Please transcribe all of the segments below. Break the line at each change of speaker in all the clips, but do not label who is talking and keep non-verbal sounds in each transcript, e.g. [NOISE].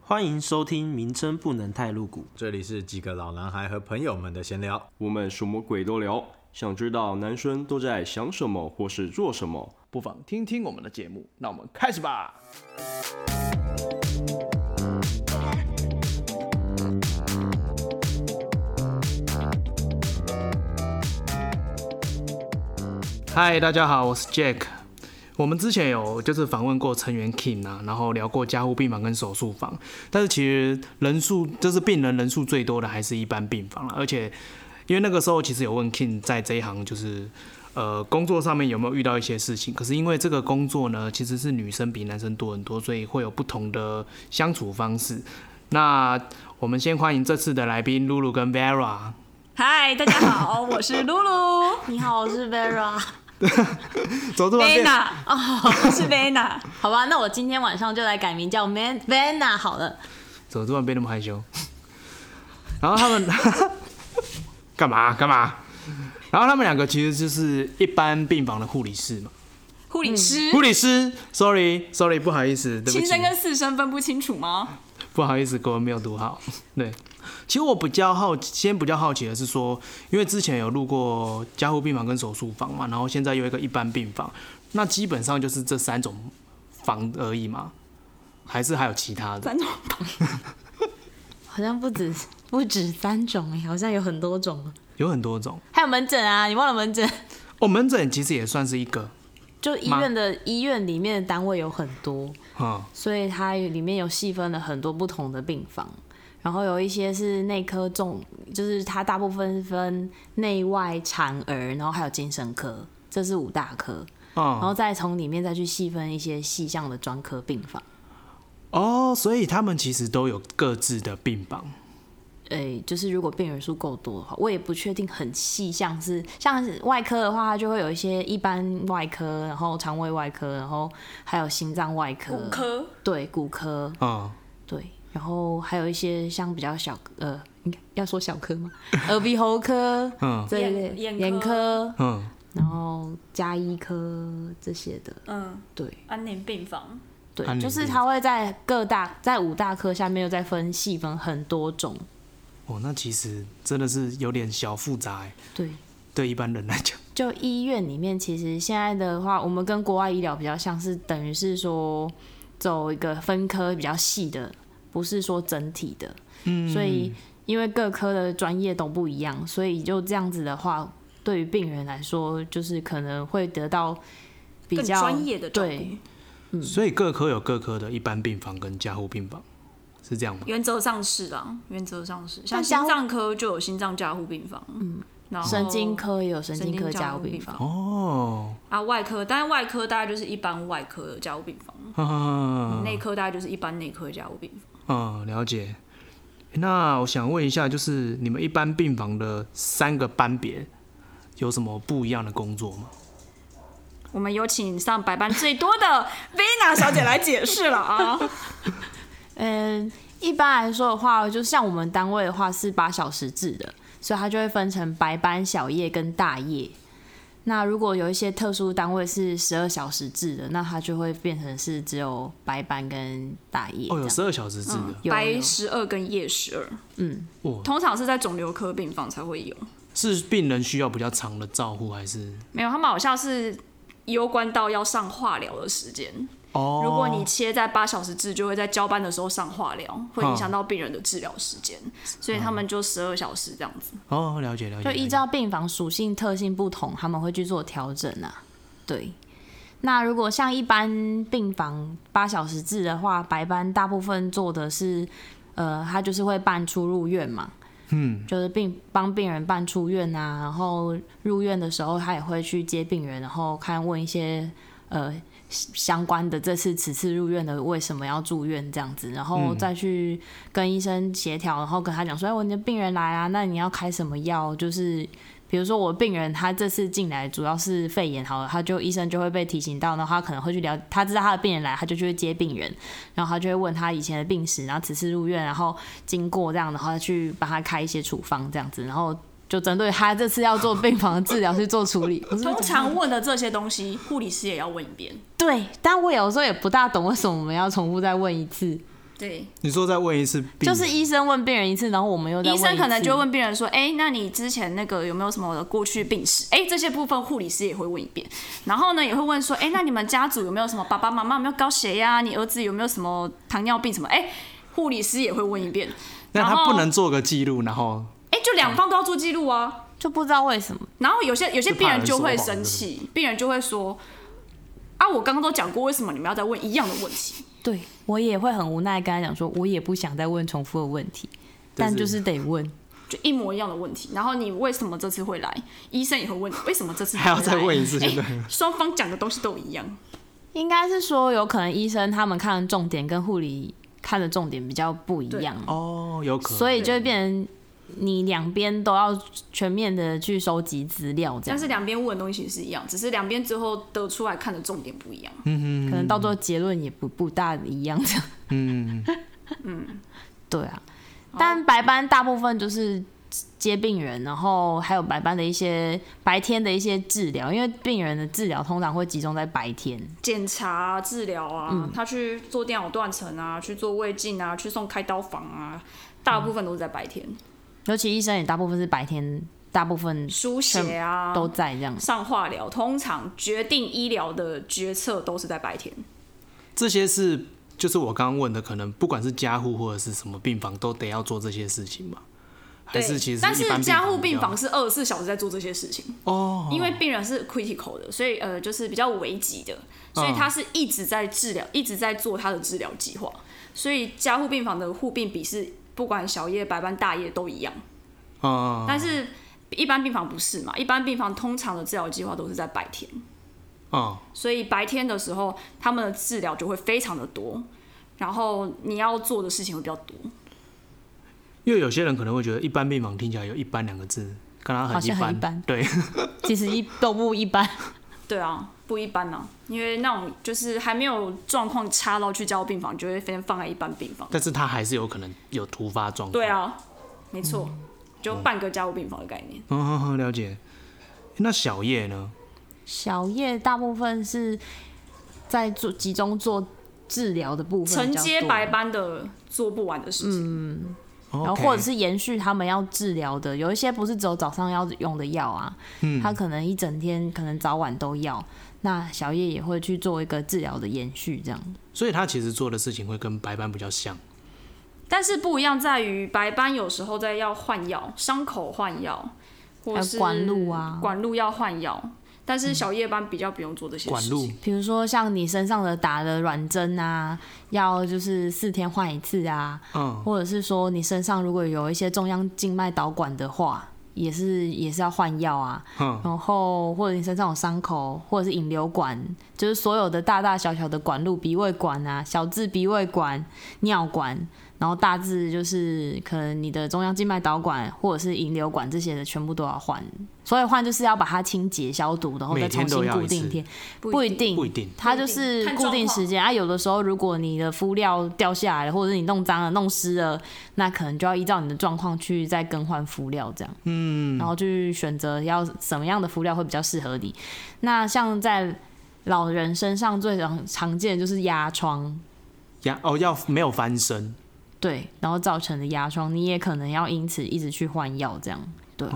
欢迎收听，名称不能太露骨。
这里是几个老男孩和朋友们的闲聊，
我们什么鬼都聊，想知道男生都在想什么或是做什么。
不妨听听我们的节目。那我们开始吧。嗨，大家好，我是 Jack。我们之前有就是访问过成员 Kim 啊，然后聊过加护病房跟手术房，但是其实人数就是病人人数最多的还是一般病房了，而且因为那个时候其实有问 Kim 在这一行就是呃工作上面有没有遇到一些事情，可是因为这个工作呢其实是女生比男生多很多，所以会有不同的相处方式。那我们先欢迎这次的来宾露露跟 Vera。
嗨，大家
[LAUGHS]
好，我是露露。你好，我是
[LAUGHS]
Vera。
走这么
Vena 哦，我是 Vena。好吧，那我今天晚上就来改名叫 Man Vena 好了。
怎么突然变那么害羞？ [LAUGHS] 然后他们 [LAUGHS] 干嘛干嘛？然后他们两个其实就是一般病房的护理师嘛，
[LAUGHS] 护理师，
嗯护理师，sorry sorry，不好意思，对不
亲
起，
生跟四生分不清楚吗？
不好意思，国文没有读好。对，其实我比较好，先比较好奇的是说，因为之前有录过加护病房跟手术房嘛，然后现在有一个一般病房，那基本上就是这三种房而已嘛，还是还有其他的？
三种
好像不止不止三种哎，好像有很多种。
有很多种。
还有门诊啊，你忘了门诊？
哦，门诊其实也算是一个，
就医院的医院里面的单位有很多，
嗯。
所以它里面有细分了很多不同的病房。然后有一些是内科重，就是它大部分分内外产儿，然后还有精神科，这是五大科。然后
哦
再从里面再去细分一些细项的专科病房。
哦，所以他们其实都有各自的病房。
诶、就是如果病人数够多的话，我也不确定很细项是像是外科的话，它就会有一些一般外科，然后肠胃外科，然后还有心脏外科，
骨科，
对骨科
嗯，
对，然后还有一些像比较小呃，应该要说小科吗？耳鼻喉科
[LAUGHS] 嗯
这一类，
眼眼科
眼科，
嗯，
然后加医科这些的，
嗯，
对。
安宁病房，
安
对，
宁
就是
病
它会在各大在五大科下面又再分细分很多种。
哦，那其实真的是有点小复杂欸
对，
对一般人来讲。
就医院里面，其实现在的话，我们跟国外医疗比较像是，等于是说走一个分科比较细的，不是说整体的。
嗯
所以因为各科的专业都不一样，所以就这样子的话，对于病人来说，就是可能会得到比
更
较
专业的照
对
顾。
[LAUGHS]
嗯
所以各科有各科的一般病房跟加护病房，是这样吗？
原则上是啊，原则上是，像
加
心
护
脏科就有心脏加护病房，嗯，然后
神经科也有神经科加护病
神经加护病
房
房。
哦，
啊，外科，但是外科大概就是一般外科的加护病房，
嗯
内科大概就是一般内科的加护病房，
嗯，了解。那我想问一下，就是你们一般病房的三个班别有什么不一样的工作吗？
我们有请上百班最多的 Vina 小姐来解释了啊，
嗯，一般来说的话，就像我们单位的话是八小时制的，所以它就会分成白班、小夜跟大夜。那如果有一些特殊单位是十二小时制的，那它就会变成是只有白班跟大夜这
哦，有
样。嗯
十二小时制的，
有
白
有嗯
十二跟夜十二，
哇，
通常是在肿瘤科病房才会有。
是病人需要比较长的照护还是？
没有，他们好像是攸关到要上化疗的时间。
哦，
如果你切在八小时制，就会在交班的时候上化疗，会影响到病人的治疗时间，所以他们就十二小时这样子。
哦，了解了解，
就
了解
依照病房属性特性不同，他们会去做调整啊。对，那如果像一般病房八小时制的话，白班大部分做的是，呃，他就是会办出入院嘛，嗯，就是病帮病人办出院啊，然后入院的时候他也会去接病人，然后看问一些呃相关的这次此次入院的为什么要住院这样子，然后再去跟医生协调，然后跟他讲说，哎，我你的病人来啊，那你要开什么药？就是比如说我病人他这次进来主要是肺炎，好了，他就医生就会被提醒到，然后他可能会去聊，他知道他的病人来，他就去接病人，然后他就会问他以前的病史，然后此次入院，然后经过这样，然后他去帮他开一些处方这样子，然后。就针对他这次要做病房的治疗去做处理，我是不是
通常问的这些东西，护理师也要问一遍。
对，但我有时候也不大懂为什么我们要重复再问一次。
对，
你说再问一次病人，
就是医生问病人一次，然后我们又再
医
问
生
一
可能
次
就问病人说：“哎、那你之前那个有没有什么的过去病史？”哎、这些部分护理师也会问一遍，然后呢也会问说：“哎、那你们家族有没有什么爸爸妈妈有没有高血压？啊你儿子有没有什么糖尿病什么？”哎、
嗯
护理师也会问一遍，
那
然
他
后
不能做个记录，然后
哎、就两方都要做记录啊。
就不知道为什么。
然后有些有些
就怕
病人
人
就
说
会
谎
生
是不是
气，病人就会说：“啊，我刚刚都讲过，为什么你们要再问一样的问题？”
对我也会很无奈，跟他讲说，我也不想再问重复的问题，但就是得问。
就一模一样的问题，然后你为什么这次会来？医生也会问你为什么这次你会
还要再
来
问一次
哎
就对了
双方讲的东西都一样。
应该是说，有可能医生他们看的重点跟护理看的重点比较不一样，
哦，有可能，
所以就会变成你两边都要全面的去收集资料，这
但
样
是两边问的东西是一样，只是两边最后得出来看的重点不一样。
可能到最后结论也不不大一样这样。
[LAUGHS]
嗯，
对啊，
哦
但白班大部分就是接病人，然后还有白班的一些白天的一些治疗，因为病人的治疗通常会集中在白天。
检查啊、治疗啊，
嗯
他去做电脑断层啊，去做胃镜啊，去送开刀房啊，大部分都是在白天，
尤其医生也大部分是白天，大部分
输血啊，
都在这样。
上化疗，通常决定医疗的决策都是在白天。
这些是就是我刚刚问的，可能不管是家护或者是什么病房，都得要做这些事情嘛？还
对，
是其实
但
一
是
般
加护
比
病
较
房是二十四小时在做这些事情。
哦，
因为病人是 critical 的，所以呃就是比较危急的，所以他是一直在治疗，一直在做他的治疗计划，所以加护病房的护病比是不管小夜、白班、大夜都一样，
嗯，
但是一般病房不是嘛？一般病房通常的治疗计划都是在白天，
嗯，
所以白天的时候他们的治疗就会非常的多，然后你要做的事情会比较多，
因为有些人可能会觉得一般病房听起来有一般两个字，跟他
好
很一
像很
般，
一般
对， [LAUGHS]
其实一都不一般，
对啊，不一般啊，因为那种就是还没有状况差到去加护病房，就会先放在一般病房。
但是他还是有可能有突发状况。
对，啊，没错，就半个加护病房的概念。
嗯，好好了解。那小叶呢？
小叶大部分是在做集中做治疗的部分，
承接白，班的做不完的事
嗯
情，
然
然后或者是延续他们要治疗的，有一些不是只有早上要用的药啊，他可能一整天可能早晚都要，那小叶也会去做一个治疗的延续，这样
所以他其实做的事情会跟白班比较像。
但是不一样在于白班有时候在要换药，伤口换药，或
还有
是
管路啊
管路要换药。但是小夜班比较不用做这些
管
事
路
情，
比如说像你身上的打的软针啊，要就是四天换一次啊，
嗯，
或者是说你身上如果有一些中央静脉导管的话，也是也是要换药啊。
嗯
然后或者你身上有伤口，或者是引流管，就是所有的大大小小的管路，鼻胃管啊，小至鼻胃管、尿管，然后大致就是可能你的中央静脉导管或者是引流管这些的全部都要换。所以换就是要把它清洁消毒，然后再
每天
重
都
新
要
固
一
定
次
贴，
不
不
一
一
定
定
不一定。
它就是固定时间啊。有的时候，如果你的敷料掉下来了，或者是你弄脏了、弄湿了，那可能就要依照你的状况去再更换敷料，这样。嗯，然后去选择要什么样的敷料会比较适合你。那像在老人身上最常常见的就是压疮，
要哦要没有翻身，
对，然后造成的压疮，你也可能要因此一直去换药，这样对，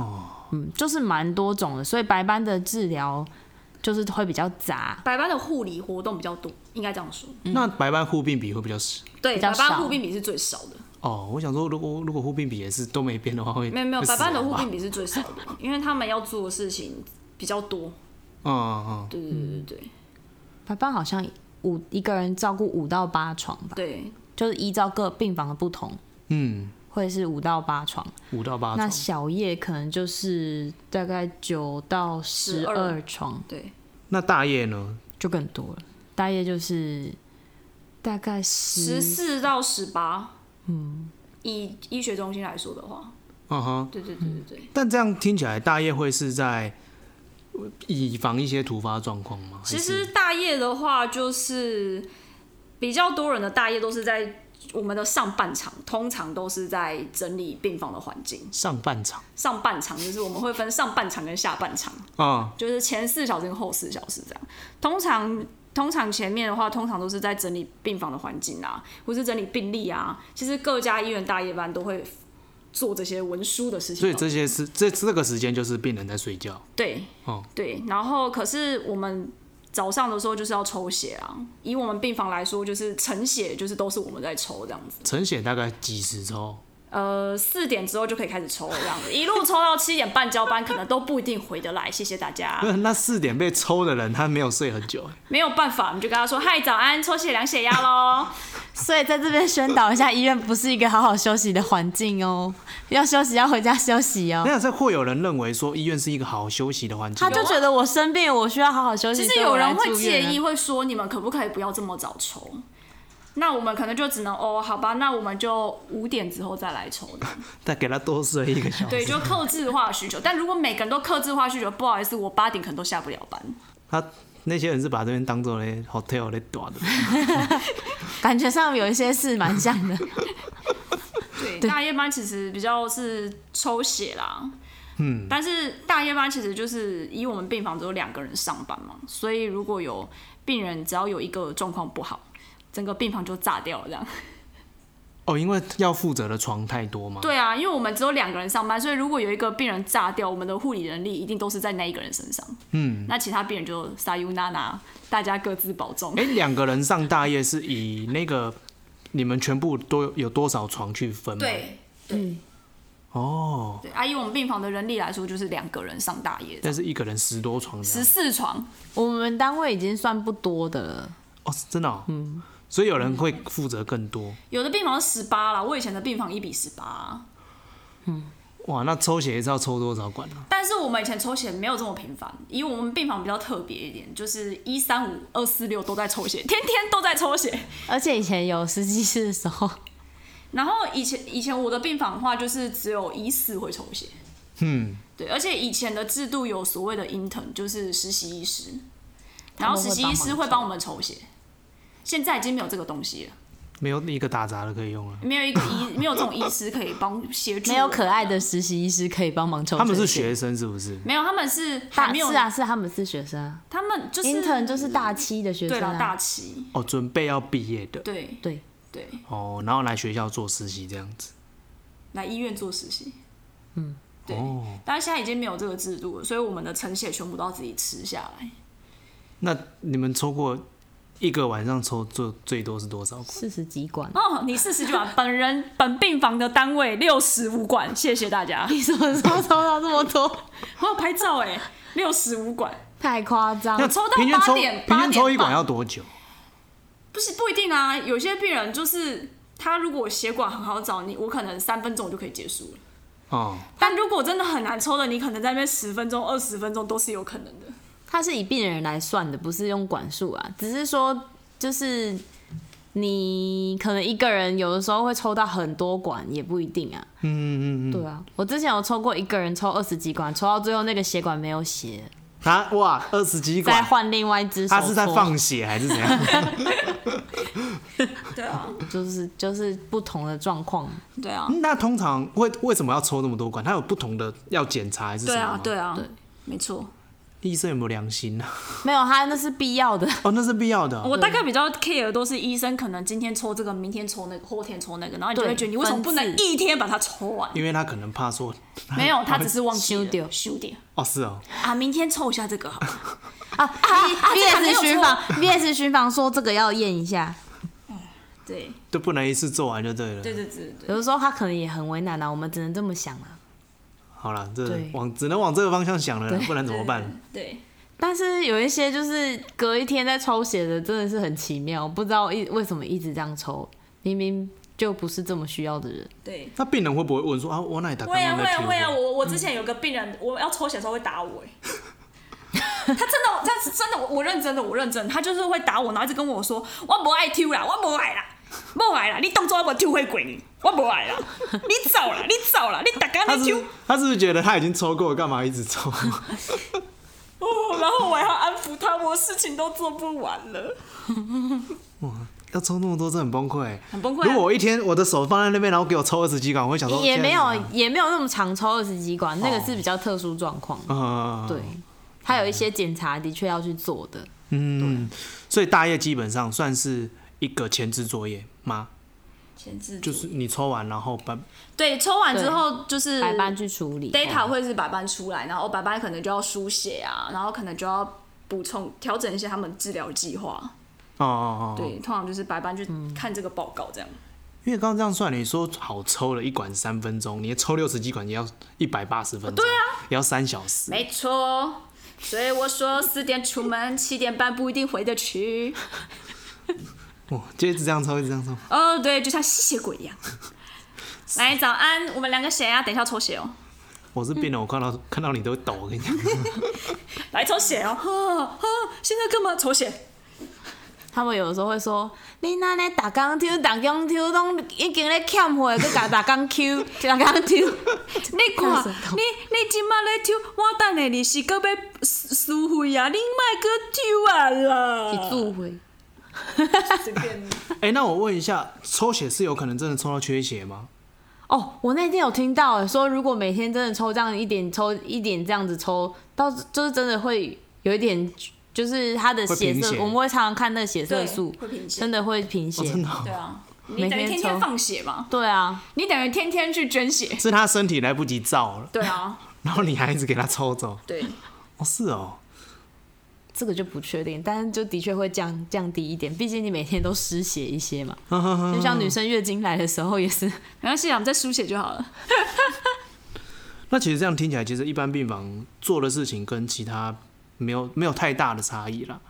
嗯，就是蛮多种的，所以白斑的治疗就是会比较杂，
白班的护理活动比较多，应该这样说。
嗯
那白班护病比会比较少。
对，
比较
白班
少
护病比是最少的，
哦，我想说，如果如果护病比也是都没变的话会，
没有没有，
会
白
死
班的
亡
护
吧
病比是最少的，因为他们要做的事情比较多。
嗯嗯，
对对对对
白斑好像五一个人照顾五到八床吧，
对对，
就是依照各病房的不同，
嗯，
会是五到八床。
五到八
那
床，
小夜可能就是大概九到十二
12
床，
对，
那大叶呢？
就更多了。大夜就是大概
十
嗯
十
四到十八，嗯，以医学中心来说的话，
嗯哼，
对对对对对，
但这样听起来大叶会是在呃以防一些突发状况吗？还
其
是
实大夜的话，就是比较多人的大夜都是在我们的上半场，通常都是在整理病房的环境。
上半场
上半场就是我们会分上半场跟下半场，
啊，
就是前四小时跟后四小时这样。通常通常前面的话，通常都是在整理病房的环境啊，或是整理病历啊。其实各家医院大夜班都会做这些文书的事情。哦
所以这些是这这个时间就是病人在睡觉，
对，
哦
对，然后可是我们早上的时候就是要抽血啊，以我们病房来说，就是晨血就是都是我们在抽这样子，
晨血大概几十抽，
呃，四点之后就可以开始抽了这样子，一路抽到七点 [LAUGHS] 半交班，可能都不一定回得来，谢谢大家
不，是那四点被抽的人他没有睡很久，
没有办法，我们就跟他说嗨，早安，抽血量血压喽，
所以在这边宣导一下，医院不是一个好好休息的环境哦，要休息要回家休
[LAUGHS]
息哦。
那是会有人认为说医院是一个好休息的环境
他，就觉得我生病，我需要好好休息。
其实
[LAUGHS] 所以
啊有
我来
人会
住
介
院啊
意，会说你们可不可以不要这么早抽？那我们可能就只能哦，好吧，那我们就五点之后再来抽这样
再给他多睡一个小时。
对，就克制化需求。但如果每个人都克制化需求，不好意思，我八点可能都下不了班。
他那些人是把这边当做嘞 hotel 嘞短的，
感觉上有一些事蛮像的。 [LAUGHS]
对，大夜班其实比较是抽血啦。嗯，但是大夜班其实就是以我们病房只有两个人上班嘛，所以如果有病人只要有一个状况不好，整个病房就炸掉了这样。
哦，因为要负责的床太多嘛。
对啊，因为我们只有两个人上班，所以如果有一个病人炸掉，我们的护理能力一定都是在那一个人身上。嗯，那其他病人就撒尤娜娜，大家各自保重。
哎、
[LAUGHS]
两个人上大夜是以那个你们全部都有多少床去分吗？，
对
哦，
对，啊，以我们病房的人力来说，就是两个人上大夜，
但是一个人十多床这
十
样，
四床，
我们单位已经算不多的了，
哦，是真的、哦，嗯，所以有人会负责更多。
有的病房十八啦，我以前的病房一比十八，
哇，那抽血是要抽多少管啊？
但是我们以前抽血没有这么频繁，以我们病房比较特别一点，就是一三五二四六都在抽血，天天都在抽血。
而且以前有实习室的时
[LAUGHS]
候，
然后以前以前我的病房的话，就是只有一四会抽血，
嗯，
对，而且以前的制度有所谓的 intern，就是实习医师，
他
然
们
后实
会
习医师
帮忙
会
抽
帮我们抽血，现在已经没有这个东西了。
没有一个打杂的可以用啊。
没有一个
[LAUGHS]
医，没有这种医师可以帮协助。
没有可爱的，实习医师可以帮忙抽。
他们是学，生是不是？
没有，他们是还
大
没有，
是啊是啊他们是学生啊
他们就是
，intern 就是大七的学
对
生
了，大
啊。
七，
哦，准备要毕业的，
对
对，
对，
哦，然后来学校做实习这样子。
来医院做实习。嗯，对，
哦，
但是现在已经没有这个制度了，所以我们的晨血全部都要自己吃下
[LAUGHS]
来。
那你们抽过一个晚上抽最最多是多少管？
四十几管，
哦，你四十九啊，本人本病房的单位六十五管，谢谢大
[LAUGHS]
家。
[LAUGHS] 你什么时候抽到这么多？ [LAUGHS]
我有拍照哎、六十五管
太夸张
那
了！
抽到
平均抽
八点
平
八
均抽一
点半
管要多久？
不是不一定啊，有些病人就是他如果血管很好找你，我可能三分钟我就可以结束了。
哦，
但如果真的很难抽的，你可能在那边十分钟、二十分钟都是有可能的。
它是以病人来算的，不是用管数啊，只是说就是你可能一个人有的时候会抽到很多管，也不一定啊。
嗯嗯嗯，
对啊，我之前有抽过一个人抽二十几管，抽到最后那个血管没有血，
他哇二十几
再
管，
换另外一只手
他
搓。
是在放血还是怎样？ [LAUGHS]
对啊，
就是就是不同的状况。
对啊，
那通常为为什么要抽那么多管？他有不同的要检查还是什
对
么
啊
吗，？
对啊
对，
没错。
医生有没有良心啊？ [LAUGHS]
没有，他那是必
[LAUGHS]
要的。
哦，那是必要的哦。
我大概比较 care 的都是医生可能今天抽这个，明天抽那个，后天抽那个，然后你就会
对
觉得你为什么不能
分次
一天把它抽
[LAUGHS]
完？
因为他可能怕说，
没有，他只是忘记
修掉
了，修掉
哦是哦， [LAUGHS]
啊，明天抽一下这个好了。
啊
啊这个没有
VS 巡房
错
，VS 巡房说这个要验一下。
对
就不能一次做完就对了。
对对对对，
有的时候他可能也很为难啊，我们只能这么想啊。
好了，这
对
往只能往这个方向想了啦，不然怎么办？
对，
但是有一些就是隔一天在抽血的，真的是很奇妙，不知道一为什么一直这样抽，明明就不是这么需要的人。
对。
那病人会不会问说啊，我哪打刚
会啊
刚
会
没有
啊
听
会啊！
过？
我我之前有个病人，我要抽血的时候会打我、欸， [LAUGHS] 他真的，他是真的，我我认真的，我认真的，他就是会打我，然后一直跟我说，我不爱抽啦，我不爱啦，不爱啦，你动作我抽会鬼你，我不爱啦，你走啦，你走啦，你打
他
干你
是
抽，
他是不是觉得他已经抽过了，干嘛一直
[LAUGHS]
抽？ [LAUGHS]
哦，然后我还要安抚他，我事情都做不完了，
要抽那么多，真的很崩
[LAUGHS]
溃。
很崩啊
如果我一天我的手放在那边，然后给我抽二十几管，我会想说哦
也没有
现在是怎样
也没有那么常抽二十几管，那个是比较特殊状况。
嗯，
对，他有一些检查的确要去做的。
嗯，所以大夜基本上算是一个前置作业吗？
前置
就
就是
你抽完，然后把
对，抽完之后就是
白班去处理。
data 会是白班出来，然后白班可能就要书写啊，然后可能就要补充调整一些他们治疗计划。
哦哦哦，
对，通常就是白班去看这个报告这样。
因为刚刚这样算，你说好抽了一管三分钟，你抽六十几管也要一百八十分钟，对啊，也要三小时。
没错，所以我说四点出门，七点半不一定回得 [LAUGHS] 去。
哇，就哦一直这样抽，一直这样抽。
哦，对，就像吸血鬼一样。来，早安，我们两个血啊，等一下抽血哦，
我是病人，我看到看到你都会抖，我跟你讲。
来抽血 [LAUGHS] 哦，呵呵，现在干嘛抽血？
他们有的时候会说：“你那咧打工抽，打工抽，拢已经咧欠货，去打打工抽，打工抽。
你看，你你即马咧抽，我等下你是搁要输费啊，你莫搁抽啊啦。
住回。
[LAUGHS] 哎、那我问一下，抽血是有可能真的抽到缺血吗？
哦，我那天有听到欸说，如果每天真的抽这样一点抽一点这样子抽，到就是真的会有一点，就是他的
会
血
贫
色，
血
我们会常常看那个血色
对
素
会贫血
真的会贫血。
真的哦、
对啊，
每
你等于
天
天天
抽
放血嘛，
对啊，
你等于天天去捐血。
是他身体来不及造了，
对啊，
然后你还一直给他抽走。
[LAUGHS] 对，
哦，是哦，
这个就不确定，但是就的确会降降低一点，毕竟你每天都失血一些嘛。就像女生月经来的时候也是，
没关系啊，我们再输血就好了。
那其实这样听起来，其实一般病房做的事情跟其他没有没有太大的差异啦，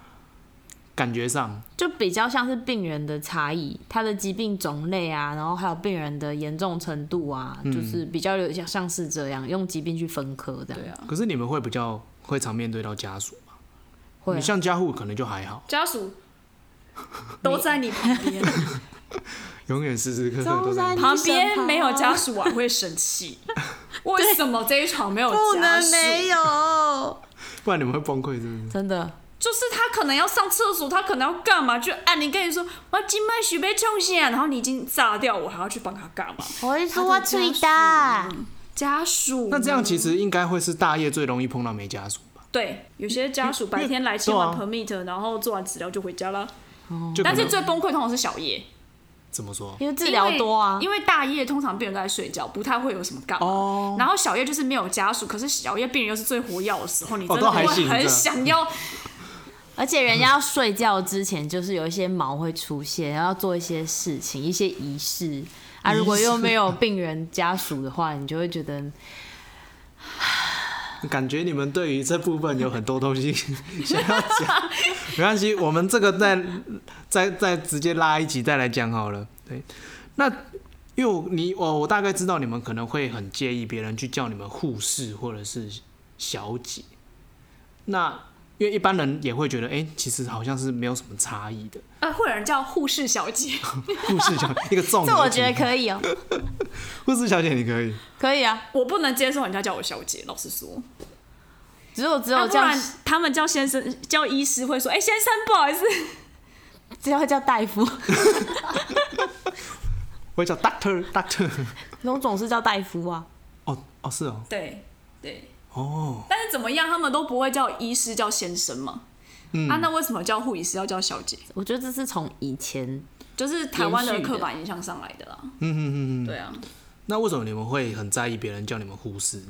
感觉上。
就比较像是病人的差异，他的疾病种类啊，然后还有病人的严重程度啊，就是比较有像像是这样用疾病去分科这样。
啊
可是你们会比较会常面对到家属吗？
会啊
你像家护可能就还好，
家属都在你
[LAUGHS]
旁边，
永远时时刻刻都
[LAUGHS]
在
在
你。
旁边没有家属，我会生气。为什么这一床没有家属？
有，
不然你们会崩溃是不是？
真的
就是他可能要上厕所，他可能要干嘛？就按你跟你说，我今麦许被冲线，然后你已经炸掉，我还要去帮他干嘛？
我是说我最
大家属
那这样其实应该会是大业最容易碰到没家属吧？
对，有些家属白天来签完 permit，然后做完治疗就回家了。
就啊可
但
能
是最崩溃通常是小夜，
怎么说？
因为治疗多啊，
因为因为大夜通常病人都在睡觉，不太会有什么干嘛。
哦
然后小夜就是没有家属，可是小夜病人又是最活跃的时候，你真
哦都
的
还
会
醒着
很想要
而且人家要睡觉之前，就是有一些毛会出现，然后要做一些事情、一些仪式啊。如果又没有病人家属的话，你就会觉得
感觉你们对于这部分有很多东西 [LAUGHS] 想要讲，
[LAUGHS]
没关系，我们这个再再再直接拉一集再来讲好了。对，那因为我你我我大概知道你们可能会很介意别人去叫你们护士或者是小姐，那因为一般人也会觉得，哎、其实好像是没有什么差异的，
呃，会有人叫护士小姐，
护士小一个重，
这，我觉得可以哦、
护士小姐你可以，
可以啊。
我不能接受人家叫我小姐。老实说，
只有只
要啊不
有哦这样
然，他们叫先生、叫医师会说：“哎、先生，不好意思。 [LAUGHS]
只要叫大夫， [LAUGHS]
我会叫 doctor doctor，
龙总是叫大夫啊。
哦哦是哦”
对对，
哦，
但是怎么样，他们都不会叫医师叫先生嘛。
嗯
啊，那为什么叫护理师要叫小姐？
我觉得这是从以前
就是台湾的
延续的
刻板印象上来的啦。
嗯嗯嗯嗯，
对啊，
那为什么你们会很在意别人叫你们护士？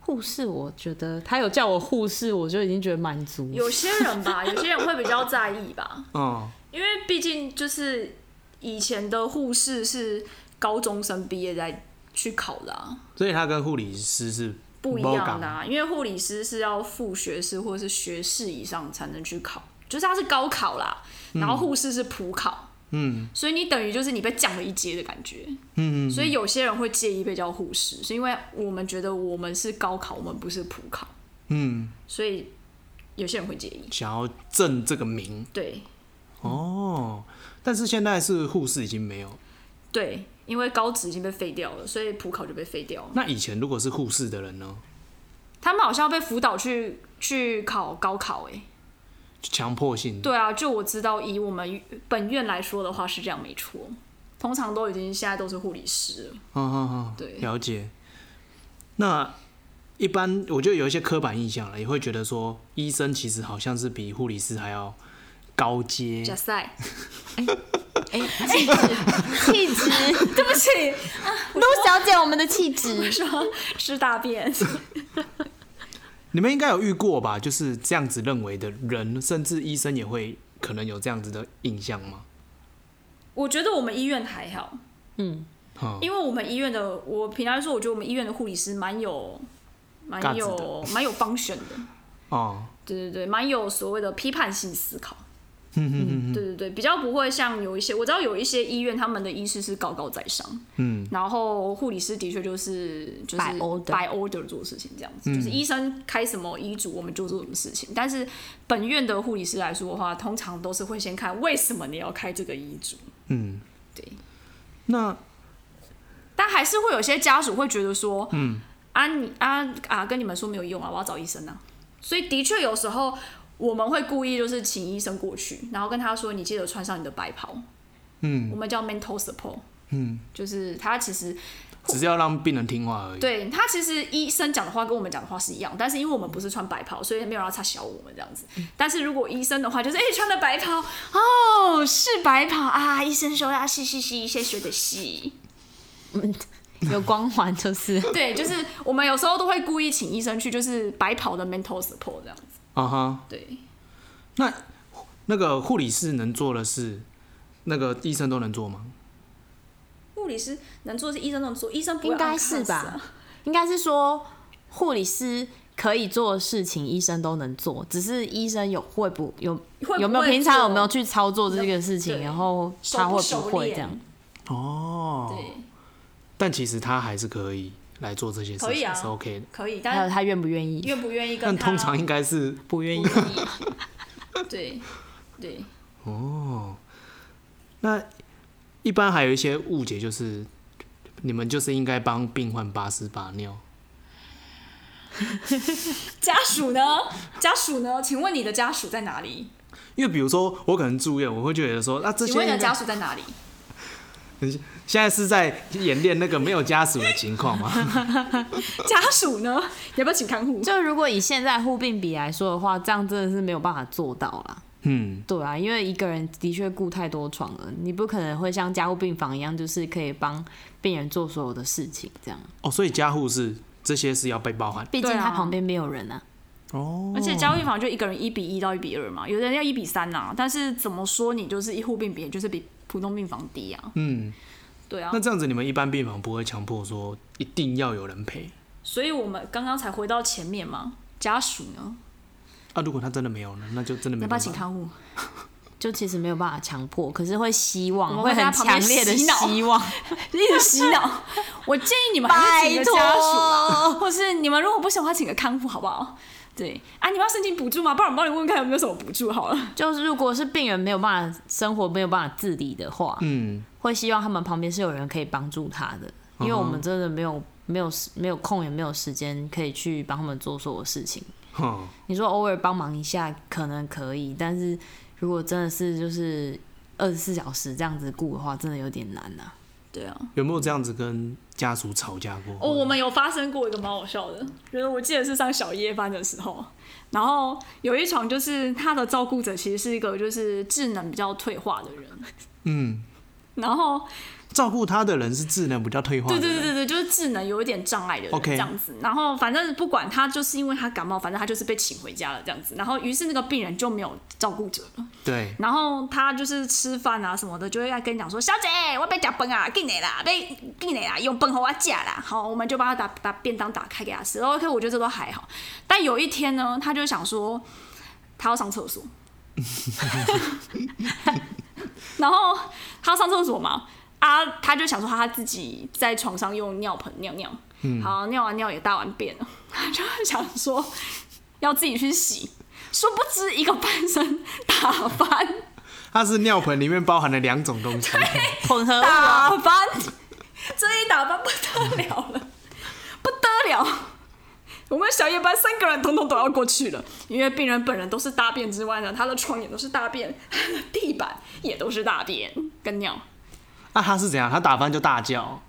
护士，我觉得他有叫我护士，我就已经觉得满足。
有些人吧， [LAUGHS] 有些人会比较在意吧，
哦。
因为毕竟就是以前的护士是高中生毕业再去考的、啊，
所以他跟护理师是
不一样的、
啊。
啊。因为护理师是要副学士或是学士以上才能去考，就是他是高考啦，然后护士是普考。嗯，所以你等于就是你被降了一阶的感觉，嗯，所以有些人会介意被叫护士，是因为我们觉得我们是高考，我们不是普考，
嗯，
所以有些人会介意。
想要挣这个名
对
哦。但是现在是护士已经没有，
对，因为高职已经被废掉了，所以普考就被废掉了。
那以前如果是护士的人呢，
他们好像要被辅导去去考高考、欸，
就强迫性
对啊，就我知道，以我们本院来说的话是这样，没错。通常
哦嗯
都已经现在都是护理师了，
哦哦哦，
对
了解。那一般我觉得有一些刻板印象了，也会觉得说医生其实好像是比护理师还要高阶。
加赛，
哎，气 [LAUGHS] 质，气质，
对不起，
陆小姐，我们的气质，
说吃大便，
你们应该有遇过吧？就是这样子认为的人，甚至医生也会可能有这样子的印象吗？
我觉得我们医院还好，
嗯，
嗯
因为我们医院的，我平常说，我觉得我们医院的护理师蛮有，
嘎
蛮
子的
有，蛮有 function 的，
哦，
对对对，蛮有所谓的批判性思考。 [LAUGHS] 嗯，对对对，比较不会像有一些我知道有一些医院他们的医师是高高在上，嗯，然后护理师的确就是就是
By order
by order 做事情这样子，就是医生开什么医嘱我们就做什么事情。但是本院的护理师来说的话，通常都是会先看为什么你要开这个医嘱，
嗯，
对，
那
但还是会有些家属会觉得说，嗯，啊你啊啊跟你们说没有用啊，我要找医生啊。所以的确有时候我们会故意就是请医生过去，然后跟他说，你记得穿上你的白袍，嗯，我们叫 mental support，嗯，就是他其实
只是要让病人听话而已。
对他其实医生讲的话跟我们讲的话是一样，但是因为我们不是穿白袍，所以没有人要插小我们这样子。但是如果医生的话，就是哎、穿的白袍哦是白袍啊，医生说啊是是是，医生学的是。
有光环就是。
对，就是我们有时候都会故意请医生去，就是白袍的 mental support 这样子。
啊哈，
对，
那那个护理师能做的事，那个医生都能做吗？
护理师能做的是医生能做，医生不会
应该是
unconscious
吧
啊？
应该是说护理师可以做的事情，医生都能做，只是医生有会不有
会不会
有没有平常
做
有没有去操作这个事情，
对
然后
熟
他
不
会
熟
不会
练
这样？
哦，
对，
但其实他还是可以来做这些事
可以
情，
啊
是 OK 的。
可以，
还
但
有
是
他愿不愿意？
愿不愿意跟
但
他
通常应该是
不愿意
不。愿意。对对，
那一般还有一些误解，就是你们就是应该帮病患把屎把尿。
家属呢？家属呢？请问你的家属在哪里？
因为比如说，我可能住院，我会觉得说，那、这些
请问你的
人
家属在哪里？
现在是在演练那个没有家属的情况吗？ [LAUGHS]
家属呢？ [LAUGHS] 你要不要请看护？
就如果以现在护病比来说的话，这样真的是没有办法做到啦。
嗯，
对啊，因为一个人的确顾太多床了，你不可能会像家护病房一样，就是可以帮病人做所有的事情这样。
哦，所以家护是这些是要被包含。
毕竟
对啊
他旁边没有人啊。
哦
而且家务病房就一个人一比一到一比二嘛，有的人要一比三呐、啊但是怎么说你就是医护病比，就是比普通病房低啊。
嗯，
对啊
那，这样子你们一般病房不会强迫说一定要有人陪
所以我们刚刚才回到前面嘛，家属呢，
啊？如果他真的没有呢，那就真的没
要不要
办
请
法。
看护？ [LAUGHS]
就其实没有办法强迫，可是会希望，
我
会
们会在
很
他旁边
强烈的
洗脑
希望， [LAUGHS]
一直洗脑。我建议你们还是请个家属啦，或是你们如果不喜欢，请个看护好不好？对啊，你们要申请补助吗？不然我帮你问问看有没有什么补助好了。
就是如果是病人没有办法生活没有办法自理的话，
嗯，
会希望他们旁边是有人可以帮助他的，因为我们真的没有没有时没有空也没有时间可以去帮他们做所有事情。
哼，
你说偶尔帮忙一下可能可以，但是如果真的是就是二十四小时这样子顾的话，真的有点难呐、
对啊，
有没有这样子跟家属吵架过？
哦，我们有发生过一个蛮好笑的，就是我记得是上小夜班的时候，然后有一床就是他的照顾者其实是一个就是智能比较退化的人，
嗯，
然后
照顾他的人是智能比较退化的
对
人。
对对对对，就是智能有一点障碍的人
OK
这样子，然后反正不管他就是因为他感冒，反正他就是被请回家了这样子，然后于是那个病人就没有照顾者了，
对
然后他就是吃饭啊什么的，就会要跟你讲说：“小姐，我被夹崩啊，给你啦，被给你啦，用崩和我夹啦。”好，我们就帮他打把便当打开给他吃。OK，我觉得这都还好。但有一天呢，他就想说他要上厕所， [LAUGHS] 然后他要上厕所嘛，啊，他就想说他自己在床上用尿盆尿尿，好，尿完尿也大完便了，他就想说要自己去洗。殊不知，一个半身打翻，
它是尿盆里面包含了两种
[LAUGHS]
东西。
混合物啊，
打翻，这一打翻不得了了， [LAUGHS] 不得了！我们小夜班三个人统统都要过去了，因为病人本人都是大便之外呢，他的床也都是大便， [LAUGHS] 他的地板也都是大便跟尿。
啊那他是怎样？他打翻就大叫。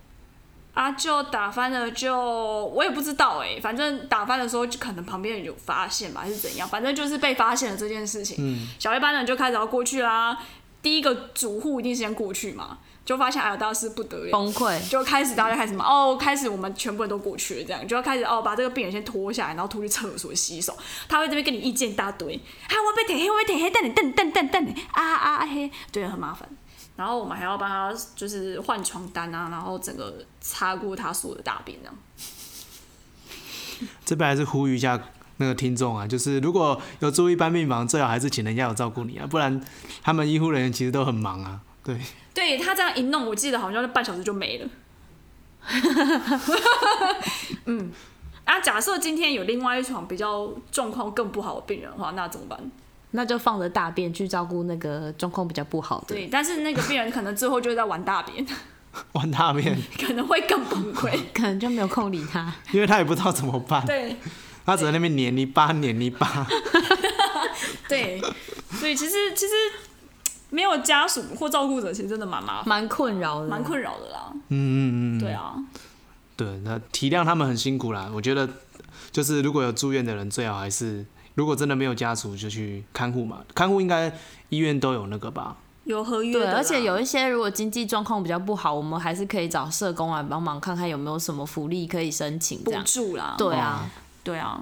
啊，就打翻了就我也不知道哎、反正打翻的时候就可能旁边人有发现吧，还是怎样，反正就是被发现了这件事情。小一班的人就开始要过去啦，第一个主户一定先过去嘛，就发现哎呀，大师不得了，
崩溃。
就开始大家开始嘛，哦，开始我们全部人都过去了，这样就要开始哦，把这个病人先拖下来，然后拖去厕所洗手。他会这边跟你意见一大堆，啊，我被舔黑，我被舔黑，瞪你瞪你瞪你瞪你瞪你，啊啊啊黑，对，很麻烦。然后我们还要帮他就是换床单啊，然后整个擦过他所有的大便这样。
这边还是呼吁一下那个听众啊，就是如果有住一般病房，最好还是请人家有照顾你啊，不然他们医护人员其实都很忙啊。对，
对他这样一弄，我记得好像就半小时就没了。 [LAUGHS] 嗯，啊，假设今天有另外一床比较状况更不好的病人的话，那怎么办？
那就放着大便去照顾那个状况比较不好的。
对，但是那个病人可能最后就是在玩大便， [LAUGHS]
玩大面，
可能会更崩溃。
可能就没有空理
[LAUGHS]
他。
因为他也不知道怎么办，
对
他只在那边黏泥巴，黏泥巴。
对，所以其实其实没有家属或照顾者，其实真的蛮麻烦，
蛮困扰的，
蛮困扰的啦。
嗯嗯嗯，
对啊，
对，那体谅他们很辛苦啦。我觉得就是如果有住院的人，最好还是如果真的没有家属，就去看护嘛。看护应该医院都有那个吧？
有合约
对，
的啦，
而且有一些如果经济状况比较不好，我们还是可以找社工来帮忙，看看有没有什么福利可以申请这
补
样。
助啦。
对啊，
对啊，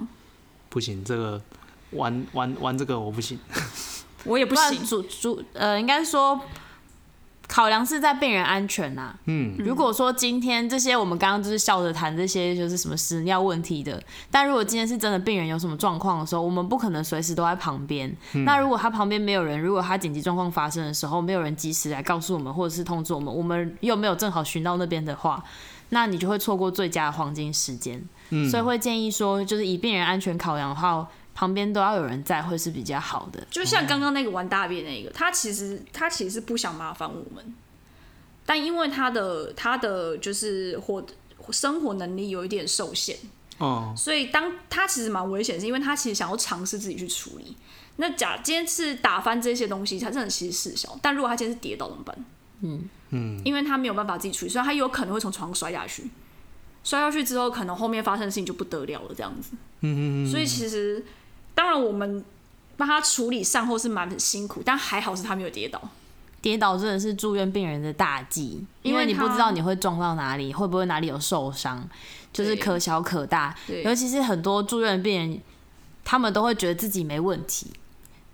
不行，这个玩玩玩这个我不行。
我也不
不然
行。
主主呃，应该说考量是在病人安全呐、嗯，如果说今天这些我们刚刚就是笑着谈这些就是什么屎尿问题的，但如果今天是真的病人有什么状况的时候，我们不可能随时都在旁边。那如果他旁边没有人，如果他紧急状况发生的时候，没有人及时来告诉我们或者是通知我们，我们又没有正好寻到那边的话。那你就会错过最佳的黄金时间，所以会建议说，就是以病人安全考量的话，旁边都要有人在，会是比较好的。
就像刚刚那个玩大便那个，他其实他其实不想麻烦我们，但因为他的他的就是活生活能力有一点受限，
哦，
所以当他其实蛮危险，是因为他其实想要尝试自己去处理。那假今天是打翻这些东西，他真的其实事小。但如果他今天是跌倒怎么办？嗯嗯，因为他没有办法自己处理，所以他有可能会从床摔下去。摔下去之后，可能后面发生的事情就不得了了，这样子。嗯嗯嗯。所以其实，当然我们帮他处理善后是蛮辛苦，但还好是他没有跌倒。
跌倒真的是住院病人的大忌，因为你不知道你会撞到哪里，会不会哪里有受伤，就是可小可大。
对
尤其是很多住院病人，他们都会觉得自己没问题，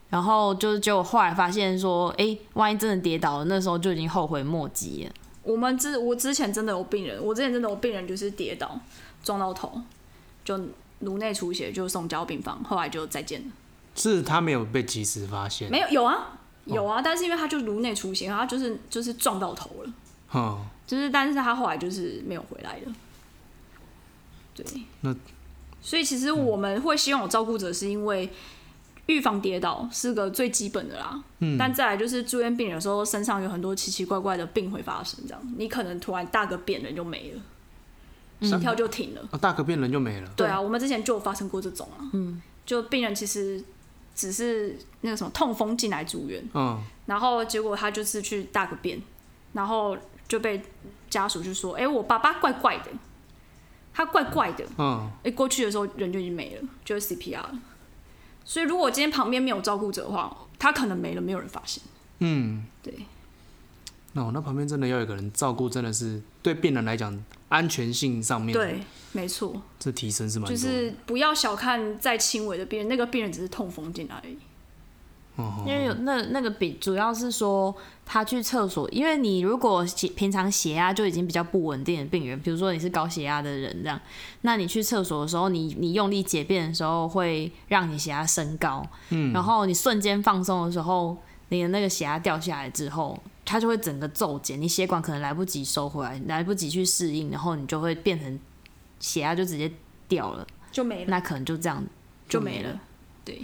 然后就是结果后来发现说，哎、万一真的跌倒了，那时候就已经后悔莫及了。
我们之我之前真的有病人，我之前真的有病人就是跌倒撞到头，就颅内出血，就送交病房，后来就再见了。
是他没有被及时发现。
没有有啊有啊，但是因为他就颅内出血，然后他就是就是撞到头了，
哦，
就是但是他后来就是没有回来了。对，
那
所以其实我们会希望有照顾者，是因为预防跌倒是个最基本的啦。嗯，但再来就是住院病人有时候身上有很多奇奇怪怪的病会发生，这样你可能突然大个便人就没了，心跳就停了。
哦大个便人就没了。
对啊，我们之前就有发生过这种啊。嗯，就病人其实只是那个什么痛风进来住院。
嗯，
然后结果他就是去大个便，然后就被家属就说：“哎、我爸爸怪怪的，他怪怪的。
嗯，
哎，过去的时候人就已经没了，就是 CPR 了。所以如果今天旁边没有照顾者的话，他可能没了，没有人发现。嗯，对，
那、我那旁边真的要有一个人照顾，真的是对病人来讲，安全性上面
对，没错，
这提升是蛮
就
多的。
是不要小看再轻微的病人，那个病人只是痛风进来而已。
因为有
哦
那那个比主要是说他去厕所，因为你如果血平常血压就已经比较不稳定的病人，比如说你是高血压的人这样，那你去厕所的时候，你你用力解便的时候会让你血压升高，嗯，然后你瞬间放松的时候，你的那个血压掉下来之后，它就会整个骤减，你血管可能来不及收回来，来不及去适应，然后你就会变成血压就直接掉了，
就没了，
那可能就这样
就
没
没了。对，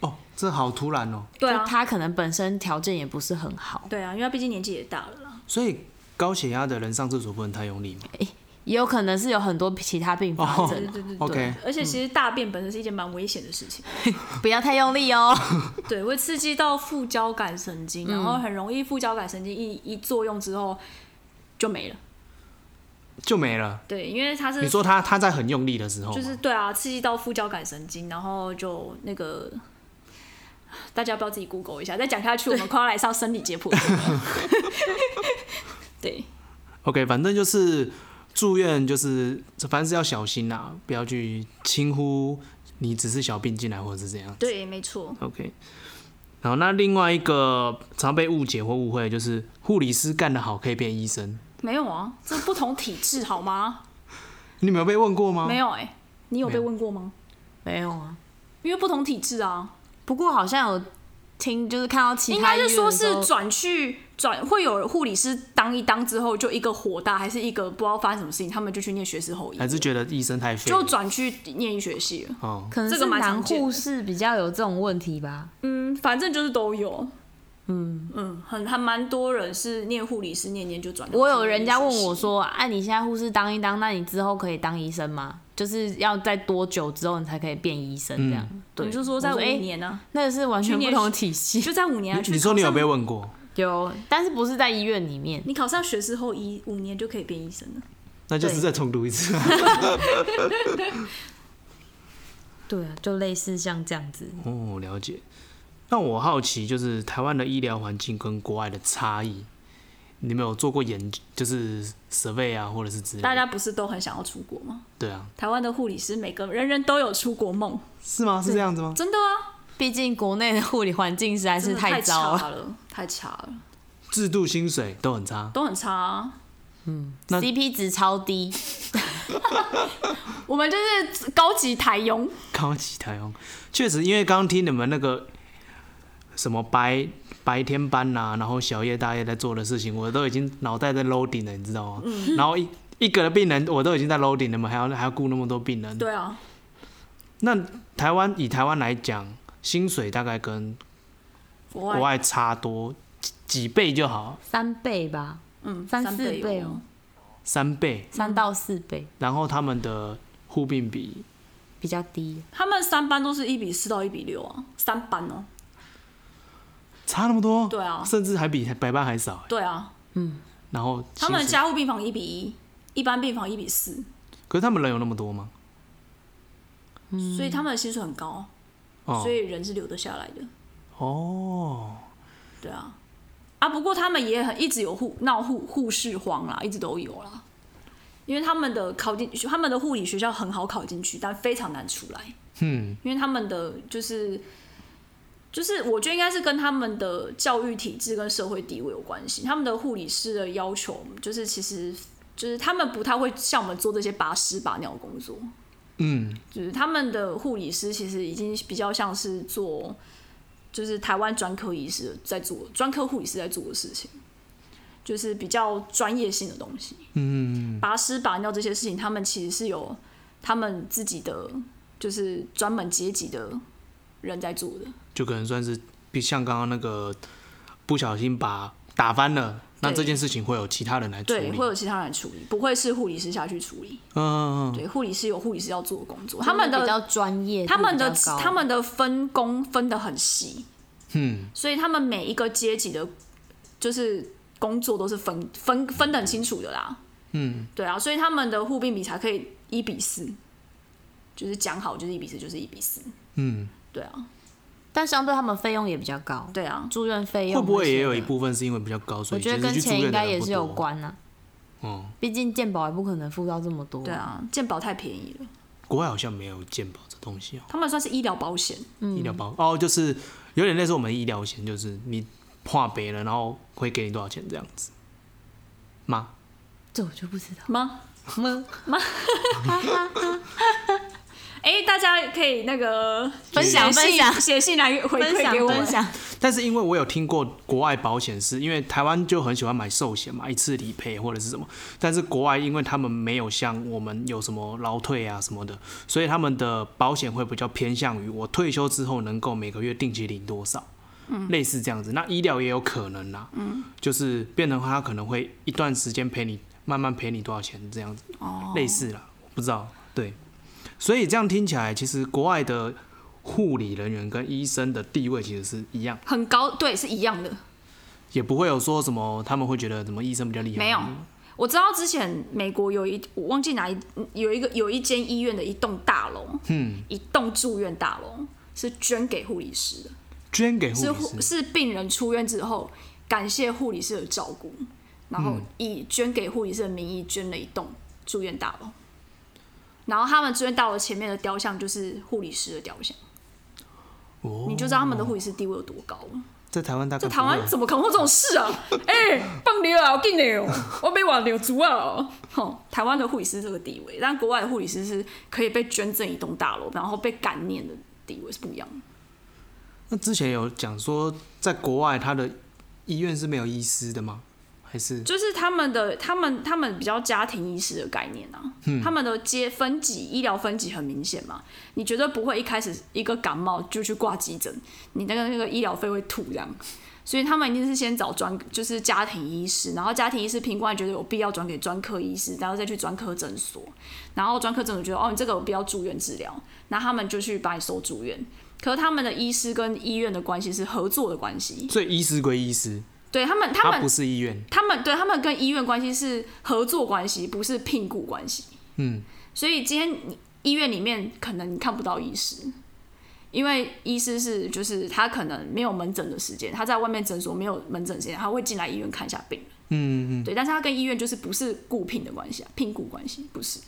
哦，这好突然哦。
对
就
啊，
他可能本身条件也不是很好。
对啊，因为他毕竟年纪也大了啦。
所以高血压的人上厕所不能太用力嘛。
也有可能是有很多其他并发
哦
症
哎
啊
对对对对。
OK，
而且其实大便本身是一件蛮危险的事情。
不要太用力
[LAUGHS]
哦。
对，会刺激到副交感神嗯经，然后很容易副交感神经一一作用之后就没了。
就没了。
对，因为它是
你说他他在很用力的时候吗，
就是对啊，刺激到副交感神经，然后就那个。大家不要自己 Google 一下，再讲下去我们快要来上生理解 [LAUGHS] 剖课了。对，
OK，反正就是住院，就是反正是要小心啦、不要去轻忽你只是小病进来或者是怎样。
[LAUGHS] 对，没错，
OK，然后那另外一个常被误解或误会的就是护理师干得好可以变医生，
没有啊，这不同体质好吗？
你没有被问过吗？
没有哎、你有
没
被
有
问过吗？
没有啊。
因为不同体质啊，
不过好像有听，就是看到其
应该
他医院
是
的时
说
候
是转去转会有护理师当一当之后，就一个火大，还是一个不知道发生什么事情，他们就去念学士后医，
还是觉得医生太废了，
就转去念医学系了。
哦，
可能
这个
是
蛮
男
常见的
护士比较有这种问题吧。
嗯，反正就是都有。嗯嗯，很还蛮多人是念护理师，念念就转。
我有人家问我，说：“哎、你现在护士当一当，那你之后可以当医生吗？就是要在多久之后你才可以变医生？这样？”
嗯
对，
你就说在五
我哎
年呢、
那个是完全
去
不
念
同体系，
就在五年、啊。去
你说你有
考上
被？问过？
有，但是不是在医院里面？
你考上学士后医五年就可以变医生了。
那就是再重读一次。啊
对啊，就类似像这样子。
[LAUGHS] 哦，了解。那我好奇就是台湾的医疗环境跟国外的差异，你们有做过研就是 survey 啊，或者是之类的？
大家不是都很想要出国吗？
对啊，
台湾的护理师每个人人都有出国梦，
是吗？是这样子吗？
真的啊，
毕竟国内的护理环境实在
真
是
的
太糟
差
了
了，太差了，
制度、薪水都很差。
都很差、啊。
那
，CP 值超低。
我们就是高级台佣，
高级台风，确实，因为刚刚听你们那个什么白白天班呐、然后小夜大夜在做的事情，我都已经脑袋在 loading 了，你知道吗？
嗯
然后一一个的病人我都已经在 loading 了你们还要还要顾那么多病人。
对啊，
那台湾以台湾来讲，薪水大概跟
国
国外差多几几倍就好，
三倍吧，
嗯
三四
倍
倍
哦
哦，
三倍。
三到四倍
然后他们的护病比
比较低。
他们三班都是一比四到一比六啊，三班哦，
差那么多，
对啊
甚至还比白班还少。
对啊，
然后薪
他们的
水，
加护病房一比一，一般病房一比四，
可是他们人有那么多吗？
所以他们的薪水很高，
哦，
所以人是留得下来的。
哦，
对啊，啊，不过他们也很一直有护闹护护士荒啦，一直都有啦。因为他们的考进，他们的护理学校很好考进去，但非常难出来。
嗯，
因为他们的就是就是，我觉得应该是跟他们的教育体制跟社会地位有关系。他们的护理师的要求，就是其实就是他们不太会像我们做这些拔屎拔尿的工作。
嗯，
就是他们的护理师其实已经比较像是做，就是台湾专科医师在做专科护理师在做的事情，就是比较专业性的东西。嗯，拔屎拔尿这些事情，他们其实是有他们自己的，就是专门阶级的人在做的。
就可能算是比像刚刚那个不小心把打翻了，那
对
这件事情会有其他人来处
对，
理，
会有其他人处理，不会是护理师下去处理。
嗯，嗯，嗯
对，护理师有护理师要做的工作，他们
比
的
较专业，
他们的
比较高
他们的分工分得很细，
嗯，
所以他们每一个阶级的，就是工作都是分分分得很清楚的啦，嗯，对啊，所以他们的互并比才可以一比四，就是讲好就是一比四就是一比四，
嗯，
对啊，
但相对他们费用也比较高，
对啊，
住院费用
会不会也有
那些
一
的？
部分是因为比较高，所
我
以其
觉
实
得跟
去住
钱
院
应
的
该
人
也
不
是有
多，
关啊。
哦，
毕竟健保也不可能付到这么多。
对，啊，健保太便宜了，
国外好像没有健保这东西哦，
他们算是医疗保险，
嗯
医疗保哦，就是有点类似我们的医疗险，就是你跨北了，然后会给你多少钱这样子吗？
这我就不知道。
吗？
么
[LAUGHS] 哎、大家可以那个
分享
写信
分享
写信来回
分
馈
享
给我们
分，享，
但是因为我有听过国外保险是因为台湾就很喜欢买寿险嘛，一次理赔或者是什么，但是国外因为他们没有像我们有什么劳退啊什么的，所以他们的保险会比较偏向于我退休之后能够每个月定期领多少，嗯，类似这样子。那医疗也有可能啦，嗯，就是变成他可能会一段时间赔你，慢慢赔你多少钱这样子，哦，类似啦，我不知道，对。所以这样听起来，其实国外的护理人员跟医生的地位其实是一样。嗯
很高，对，是一样的。
也不会有说什么他们会觉得什么医生比较厉害，
没有，我知道之前美国有一我忘记哪一有一个有一间医院的一栋大楼，嗯，一栋住院大楼是捐给护理师的，
捐给
是
护
护
理师，
是病人出院之后感谢护理师的照顾，然后
嗯
以捐给护理师的名义捐了一栋住院大楼，然后他们住院大楼前面的雕像就是护理师的雕像，
哦
你就知道他们的护理师地位有多高了。
在台湾大概
在台湾
不会
怎么可能会有这种事啊？ [LAUGHS] 哎、放牛啊，我跟你哦，我被挽留足啊哦！吼，台湾的护理师这个地位，但国外的护理师是可以被捐赠一栋大楼，然后被感念的地位是不一样的。
那之前有讲说，在国外他的医院是没有医师的吗？还是
就是他们的他们他们比较家庭医师的概念啊，他们的接分级医疗分级很明显嘛，你绝对不会一开始一个感冒就去挂急诊，你那个那个医疗费会吐这样。所以他们一定是先找专，就是家庭医师，然后家庭医师评估完觉得有必要转给专科医师，然后再去专科诊所，然后专科诊所觉得哦你这个有必要住院治疗，那他们就去把你收住院。可是他们的医师跟医院的关系是合作的关系，
所以医师归医师，
对他们他
他
们
不是医院，
他们对他们跟医院关系是合作关系，不是聘雇关系。
嗯，
所以今天你医院里面可能你看不到医师，因为医师是就是他可能没有门诊的时间，他在外面诊所没有门诊时间，他会进来医院看一下病人。嗯嗯对，但是他跟医院就是不是雇聘的关系啊，聘雇关系不是。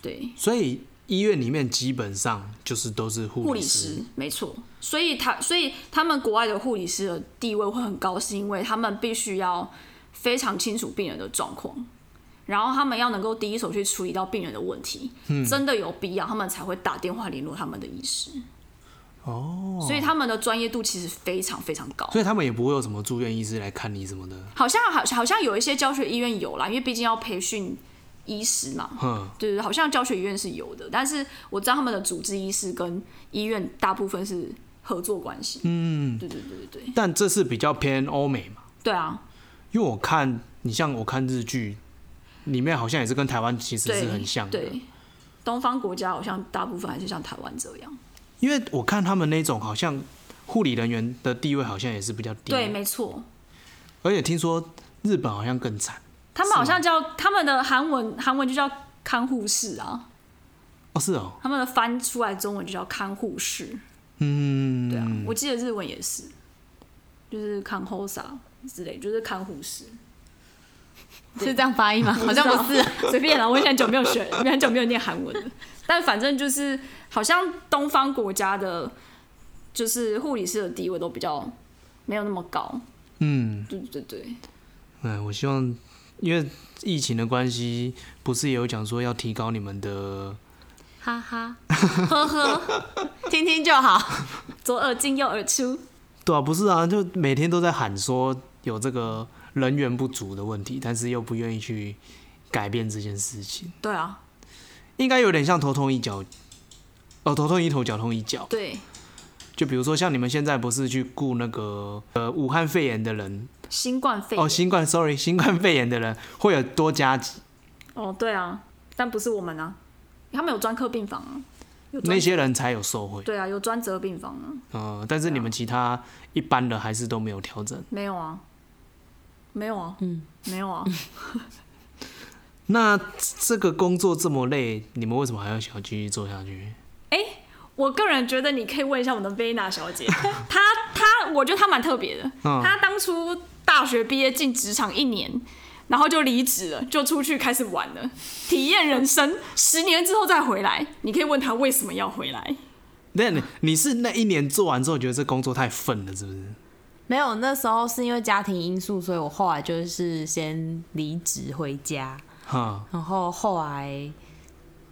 对，
所以医院里面基本上就是都是护
护理师
师。
没错，所以他所以他们国外的护理师的地位会很高，是因为他们必须要非常清楚病人的状况，然后他们要能够第一手去处理到病人的问题，真的有必要，他们才会打电话联络他们的医师。哦，所以他们的专业度其实非常非常高。
所以他们也不会有什么住院医师来看你什么的，
好像好好像有一些教学医院有啦，因为毕竟要培训医师嘛，
哼，
对对，好像教学医院是有的，但是我知道他们的主治医师跟医院大部分是合作关系。嗯，对对对对对，
但这是比较偏欧美嘛，
对啊，
因为我看你像我看日剧，里面好像也是跟台湾其实
对，
是很像的，
对，东方国家好像大部分还是像台湾这样。
因为我看他们那种好像护理人员的地位好像也是比较低，
对，没错，
而且听说日本好像更惨，
他们好像叫他们的韩文，韩文就叫看护士啊，
哦是哦，
他们的翻出来中文就叫看护士。
嗯，
对啊，我记得日文也是，就是看护士之类，就是看护士。
是这样发音吗？好像不是。
是， [LAUGHS] 随便啦。我很久没有学， [LAUGHS] 很久没有念韩文了。但反正就是，好像东方国家的，就是护理师的地位都比较没有那么高。
嗯，
对对对，
哎，我希望因为疫情的关系，不是也有讲说要提高你们的
哈哈，呵呵，听听就好。
左耳进右耳出。
对啊，不是啊，就每天都在喊说有这个人员不足的问题，但是又不愿意去改变这件事情，
对啊，
应该有点像头痛一脚，哦，头痛一头，脚痛一脚。
对，
就比如说像你们现在不是去雇那个呃武汉肺炎的人，
新冠肺炎。
哦，新冠，sorry，新冠肺炎的人会有多加几
哦对啊，但不是我们啊，他们有专科病房啊，有专
那些人才有受惠，
对啊，有专责病房啊，
嗯、但是你们其他一般的还是都没有调整。
没有啊，没有啊，嗯，没有啊。
那这个工作这么累，你们为什么还要想要继续做下去？
我个人觉得你可以问一下我们的贝娜小姐，她她，我觉得她蛮特别的。
嗯
她当初大学毕业进职场一年，然后就离职了，就出去开始玩了，体验人生。十年之后再回来，你可以问她为什么要回来。
那你你是那一年做完之后觉得这工作太愤了，是不是？
没有，那时候是因为家庭因素，所以我后来就是先离职回家，
哈，
然后后来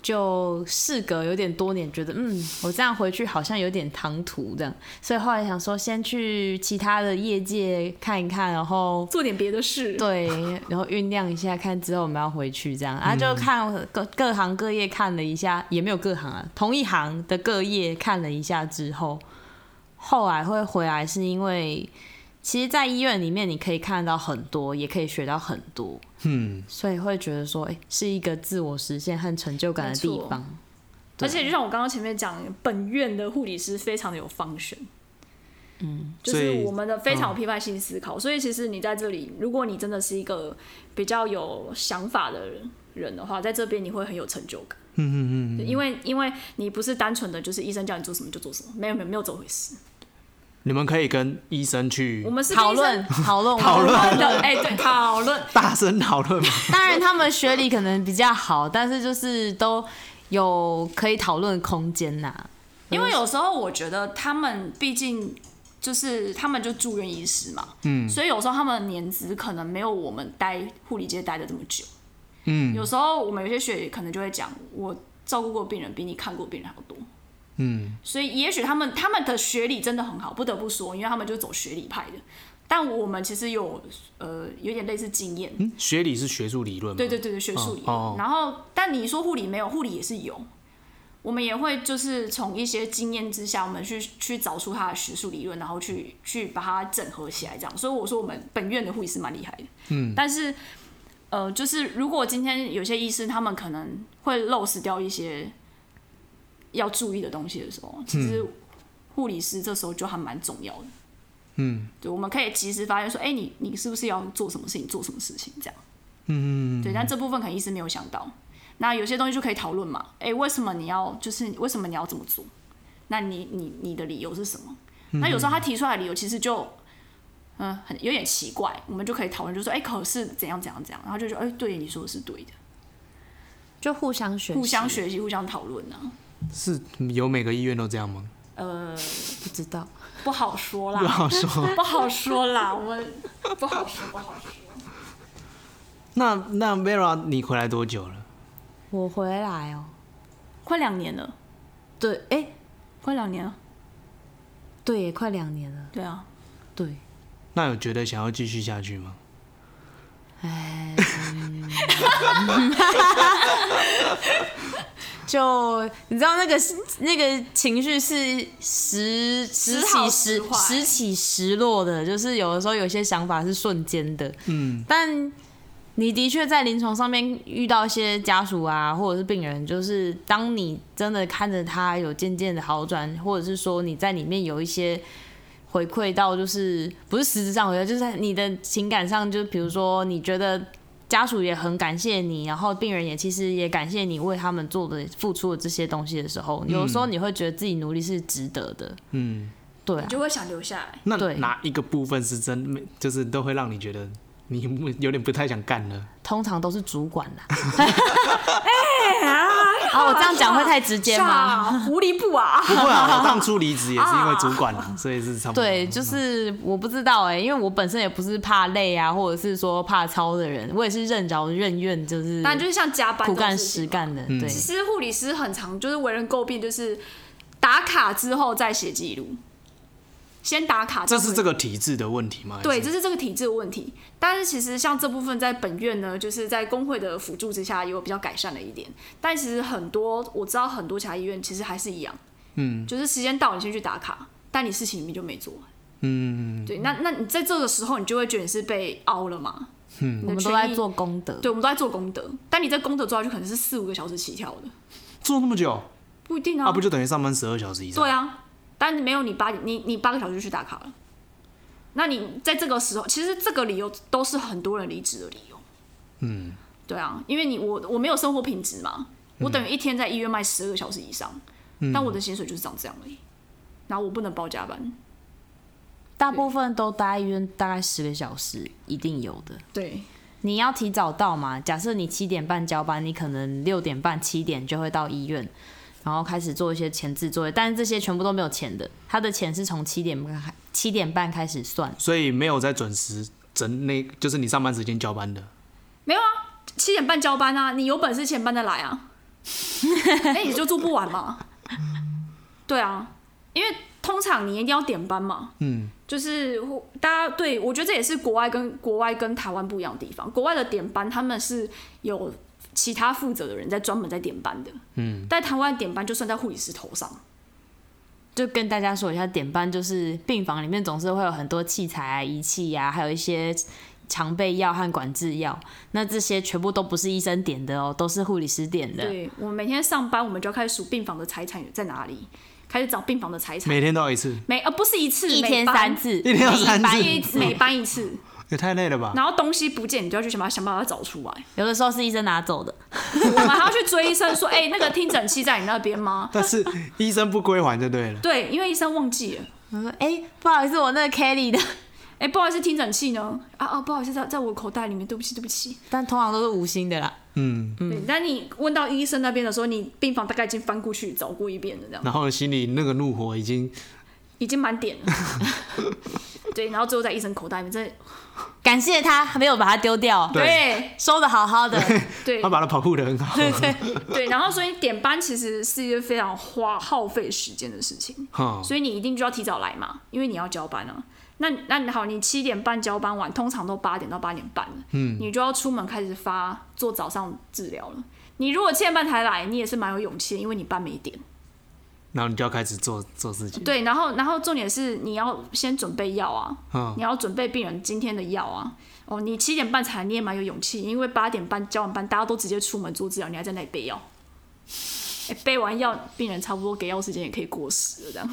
就事隔有点多年，觉得嗯，我这样回去好像有点唐突这样，所以后来想说先去其他的业界看一看，然后
做点别的事，
对，然后酝酿一下，看之后我们要回去这样，
嗯
啊，就看各各行各业看了一下，也没有各行啊，同一行的各业看了一下之后，后来会回来是因为，其实，在医院里面你可以看到很多，也可以学到很多，嗯，所以会觉得说，哎、是一个自我实现和成就感的地方。
而且就像我刚刚前面讲，本院的护理师非常的有方选，
嗯
就
所
是
以
我们的非常有批判性思考。所以其实你在这里，如果你真的是一个比较有想法的人人的话，在这边你会很有成就感。嗯嗯嗯，因为因为你不是单纯的就是医生叫你做什么就做什么，没有没有没有这回事。
你们可以跟医生去
我们是跟
讨
医生 [LAUGHS]
论讨论
讨论的，哎、
[LAUGHS]
对，讨论。
大声讨论嘛。
当然，他们学历可能比较好，但是就是都有可以讨论空间呐、
因为有时候我觉得他们毕竟就是他们就住院医师嘛，嗯，所以有时候他们的年资可能没有我们待护理界待的这么久，嗯，有时候我们有些学姐可能就会讲，我照顾过病人比你看过病人还要多，嗯，所以也许他们他们的学历真的很好，不得不说，因为他们就是走学历派的，但我们其实有呃有点类似经验，
嗯 [LAUGHS] 学理是学术理论嘛，
对对对对，学术理论。
哦哦
然后，但你说护理没有，护理也是有。我们也会就是从一些经验之下，我们去去找出它的学术理论，然后去去把它整合起来，这样。所以我说我们本院的护理师蛮厉害的，嗯。但是，呃，就是如果今天有些医师他们可能会 lose 掉一些要注意的东西的时
嗯
候，其实护理师这时候就还蛮重要的。嗯，对，我们可以及时发现说，哎、你你是不是要做什么事情，做什么事情这样。对，但这部分可能医师没有想到。那有些东西就可以讨论嘛，诶，为什么你要就是为什么你要这么做？那你你你的理由是什么？那有时候他提出来的理由其实就，嗯、很有点奇怪，我们就可以讨论，就说，诶，可是怎样怎样怎样，然后就说，诶，对，你说的是对的，
就互相学习，
互相学习，互相讨论啊呢，
是有每个医院都这样吗？
呃，
不知道。
不好说
不
啦，
好说。
[LAUGHS] 不好说啦，我们不好说，不好说。
那那 Vera，你回来多久了？
我回来哦，
快两年了，
对，哎、
快两年了，
对耶，快两年了，
对啊，
对，
那有觉得想要继续下去吗？
哎，就你知道那个那个情绪是时时
好
起
时
时
坏
时起时落的，就是有的时候有些想法是瞬间的，嗯，但你的确在临床上面遇到一些家属啊，或者是病人，就是当你真的看着他有渐渐的好转，或者是说你在里面有一些回馈到，就是不是实质上回馈，就是在你的情感上，就比如说你觉得家属也很感谢你，然后病人也其实也感谢你为他们做的付出的这些东西的时候，有时候你会觉得自己努力是值得的。嗯，对啊
你，就会想留下来。
那
对
哪一个部分是真，就是都会让你觉得你有点不太想干了？
通常都是主管啦。啊，我这样讲会太直接吗？
下狐狸步 [LAUGHS] 啊！
不会啊，我当初离职也是因为主管啊，所以是差不多。
对，就是我不知道哎、因为我本身也不是怕累啊，或者是说怕操的人，我也是任劳任怨，就是
但就是像加班
苦
这种
干
事情
实干的。对，
其实护理师很常就是为人诟病，就是打卡之后再写记录，先打卡。
这是这
个
个体制的问题吗？
对，
还
这
是
是这个体制的问题。但是其实像这部分在本院呢，就是在工会的辅助之下，也有比较改善了一点。但其实很多我知道很多其他医院其实还是一样，嗯，就是时间到你先去打卡，但你事情明明就没做完，嗯，对。那那你在这个时候，你就会觉得你是被凹了嘛？嗯，
我们都在做，功德。
对，我们都在做功德，但你在功德做下去可能是四五个小时起跳的，
做那么久，啊
不一定啊
那不就等于上班十二小时以上？
对啊，但没有你八你你八个小时就去打卡了，那你在这个时候，其实这个理由都是很多人离职的理由。嗯，对啊，因为你我我没有生活品质嘛，我等于一天在医院卖十二个小时以上，但我的薪水就是长这样而已，然后我不能包加班。
大部分都待在医院大概十个小时，一定有的。
对，
你要提早到嘛？假设你七点半交班，你可能六点半、七点就会到医院，然后开始做一些前置作业，但是这些全部都没有钱的，他的钱是从七点半开七点半开始算。
所以没有在准时整那，就是你上班时间交班的。
没有啊，七点半交班啊，你有本事七点半再来
[LAUGHS]
啊，那你就做不完嘛。对啊，因为通常你一定要点班嘛，嗯，就是大家对我觉得这也是国外跟国外跟台湾不一样的地方，国外的点班他们是有其他负责的人在专门在点班的，嗯，但台湾点班就算在护理师头上，
就跟大家说一下，点班就是病房里面总是会有很多器材啊、仪器啊，还有一些常备药和管制药，那这些全部都不是医生点的哦，都是护理师点的。
对我们每天上班，我们就要开始数病房的财产在哪里，开始找病房的财产。
每天都要一次，
每呃不是一次，
一天
每班
三，次，
一天要三次
每
一
一
次
次
每班一次。
也太累了吧？
然后东西不见，你就要去想办法想办法找出来。 [LAUGHS]
有的时候是医生拿走的，
我们还要去追医生说，哎、那个听诊器在你那边吗？
但是医生不归还就对了，
对，因为医生忘记了。
我说：“哎、不好意思，我那个 Kelly 的。
哎、不好意思，听诊器呢？啊啊，不好意思，在在我口袋里面，对不起，对不起。”
但通常都是无心的啦。
嗯，
对，但你问到医生那边的时候，你病房大概已经翻过去找过一遍了，这样
然后心里那个怒火已经
已经满点了。 [LAUGHS] 对，然后最后在医生口袋里面，真的
感谢他没有把它丢掉，
对
收的好好的。
对
他把他保护的很好，
对，然后所以点班其实是一个非常花耗费时间的事情，
哈，
所以你一定就要提早来嘛，因为你要交班啊。那那你好，你七点半交班完，通常都八点到八点半了，嗯，你就要出门开始发做早上治疗了。你如果七点半才来，你也是蛮有勇气的，因为你班没点。
然后你就要开始做做事情，
对，然后然后重点是你要先准备药啊，
嗯
你要准备病人今天的药啊。哦，你七点半才来，你也蛮有勇气，因为八点半交完班，大家都直接出门做治疗，你还在那里备药。哎，备完药，病人差不多给药时间也可以过时了，这样。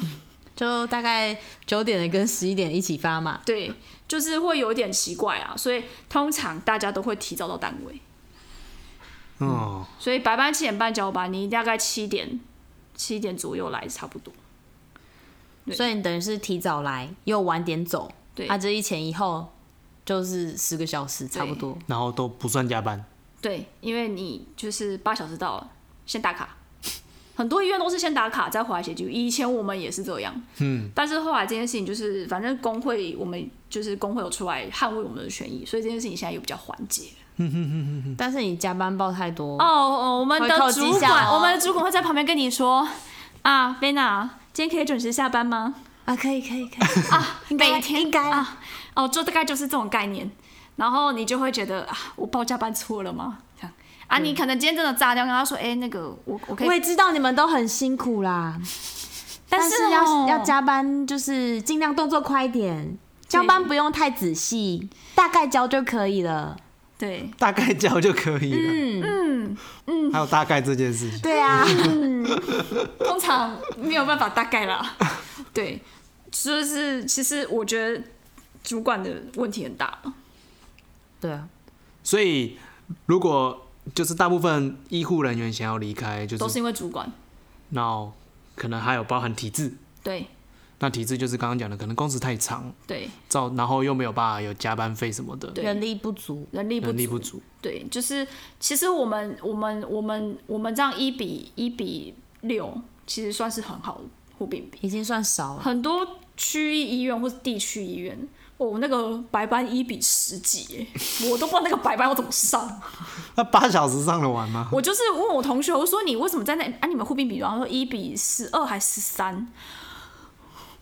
就大概九点的跟十一点一起发嘛。
对，就是会有点奇怪啊，所以通常大家都会提早到单位。
哦，
所以白班七点半交班，你大概七点七点左右来差不多。对
所以你等于是提早来，又晚点走，
对
啊，这一前一后就是十个小时差不多。
然后都不算加班，
对，因为你就是八小时到了，先打卡。很多医院都是先打卡再回来写记录，以前我们也是这样。嗯，但是后来这件事情就是，反正工会我们就是工会有出来捍卫我们的权益，所以这件事情现在又比较缓解。
嗯
但是你加班报太多，
哦，哦我们
回扣
的
绩
主管，
效哦
我们的主管会在旁边跟你说啊菲娜，今天可以准时下班吗？
啊，可以可以可 [LAUGHS] 以，
每天
应该
啊，哦，就大概就是这种概念，然后你就会觉得啊，我报加班错了吗？这样啊，你可能今天真的炸掉，跟他说，哎、那个我我可以
我也知道你们都很辛苦啦，但
是
要、
哦
要加班就是尽量动作快一点，交班不用太仔细，大概交就可以了。
对，
大概交就可以了，嗯嗯，还有大概这件事情，
对啊，
通常没有办法大概啦。 [LAUGHS] 对，就是其实我觉得主管的问题很大。
[LAUGHS] 对啊，
所以如果就是大部分医护人员想要离开，就
都是
是
因为主管。
那可能还有包含体制，
对
那体制就是刚刚讲的，可能工时太长，
对，
造然后又没有办法有加班费什么的，
对
人力不足，
人力不
能力不
足。
足，
对，就是其实我们我们我们我们这样一比一比六，其实算是很好的护病比。
已经算少了。
很多区域医院或是地区医院，哦，那个白班一比十几耶，我都不知道那个白班我怎么上。
那八小时上得完吗？
我就是问我同学，我说你为什么在那？啊，你们护病比，然后说一比十二还十三，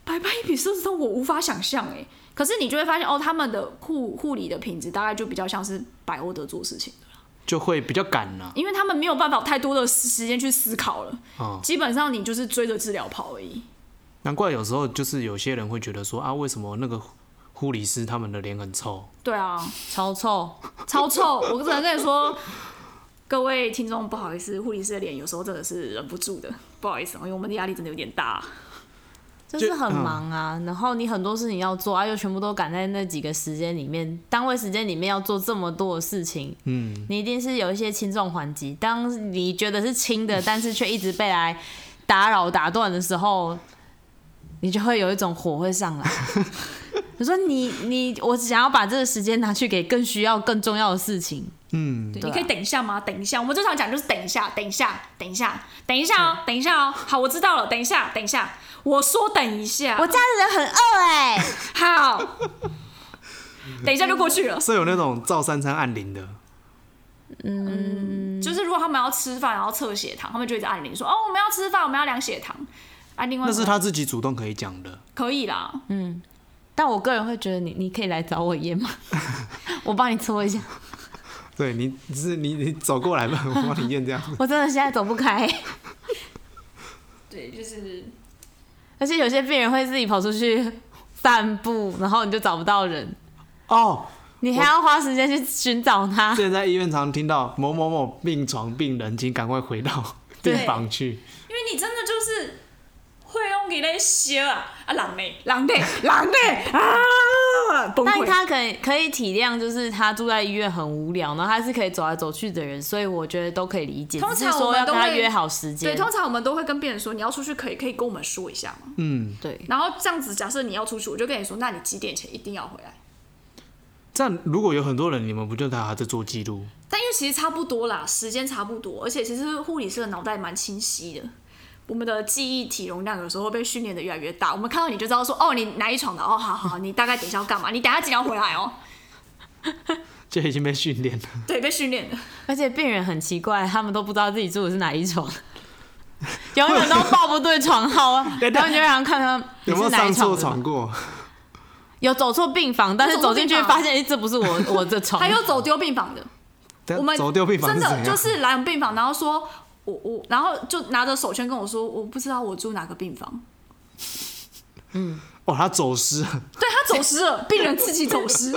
白班一比十三，我无法想象哎。可是你就会发现哦，他们的护护理的品质大概就比较像是百欧德做事情，
就会比较赶啊了、
因为他们没有办法有太多的时时间去思考了，
哦
基本上你就是追着治疗跑而已。
难怪有时候就是有些人会觉得说啊，为什么那个护理师他们的脸很臭？
对啊，
超臭，
超臭！我只能跟你说，各位听众，不好意思，护理师的脸有时候真的是忍不住的，不好意思哦，因为我们的压力真的有点大。
就是很忙啊，然后你很多事情要做啊，又全部都赶在那几个时间里面，单位时间里面要做这么多的事情，嗯，你一定是有一些轻重缓急。当你觉得是轻的，但是却一直被来打扰打断的时候，你就会有一种火会上 [LAUGHS] 来。我说你你，我想要把这个时间拿去给更需要、更重要的事 [LAUGHS] 情。
对，
对
你
啊
可以等一下吗？等一下，我们最常讲就是等一下，等一下，等一下，等一下哦，等一下哦。好，我知道了，等一下，等一下。我说等一下，
我家里人很饿哎、
好，等一下就过去了。
是有那种照三餐按铃的，
[LAUGHS] 就是如果他们要吃饭，然后测血糖，他们就一直按铃说：“哦，我们要吃饭，我们要量血糖。”啊，另外
那是他自己主动可以讲的。
可以啦，
但我个人会觉得你你可以来找我爷吗？ [LAUGHS] 我帮你搓一下，
对你，只是你你走过来吧，我帮你验这样子。
我真的现在走不开、
对，就是
而且有些病人会自己跑出去散步，然后你就找不到人，
[LAUGHS] 哦，
你还要花时间去寻找他
之。前在医院常听到某某某病床病人，请赶快回到病房去。
因为你真的就是会伫咧烧啊，啊人呢？人 [LAUGHS] 呢？人呢？啊！崩
但
溃。
他可以可以体谅，就是他住在医院很无聊，然后他是可以走来走去的人，所以我觉得都可以理解。
通常
只是说要跟
我们
他
都会
约好时间，
对，通常我们都会跟病人说，你要出去可以可以跟我们说一下嘛。
对
然后这样子，假设你要出去，我就跟你说，那你几点前一定要回来。
这样如果有很多人，你们不就大家在做记录？
但因为其实差不多啦，时间差不多，而且其实护理师的脑袋蛮清晰的。我们的记忆体容量有时候会被训练的越来越大，我们看到你就知道说，哦，你哪一床的，哦，好好好，你大概等一下要干嘛，你等一下几点要回来哦，
这已经被训练了。
对，被训练的。
而且病人很奇怪，他们都不知道自己住的是哪
[LAUGHS]
一床，永远都报不对床号啊。然后你就让他看他
有没有
你是哪
上
一
错
床的
床过？
有走错病房，但是走进去
有走错病
发
房
现，哎，这不是我我这床。
还有走丢病房的，
[LAUGHS] 但
我们
走丢病房
真
怎
的
样？
就是来我们病房，然后说我我，然后就拿着手圈跟我说，我不知道我住哪个病房，
哦，他走失了，
对他走失了，病人自己走失，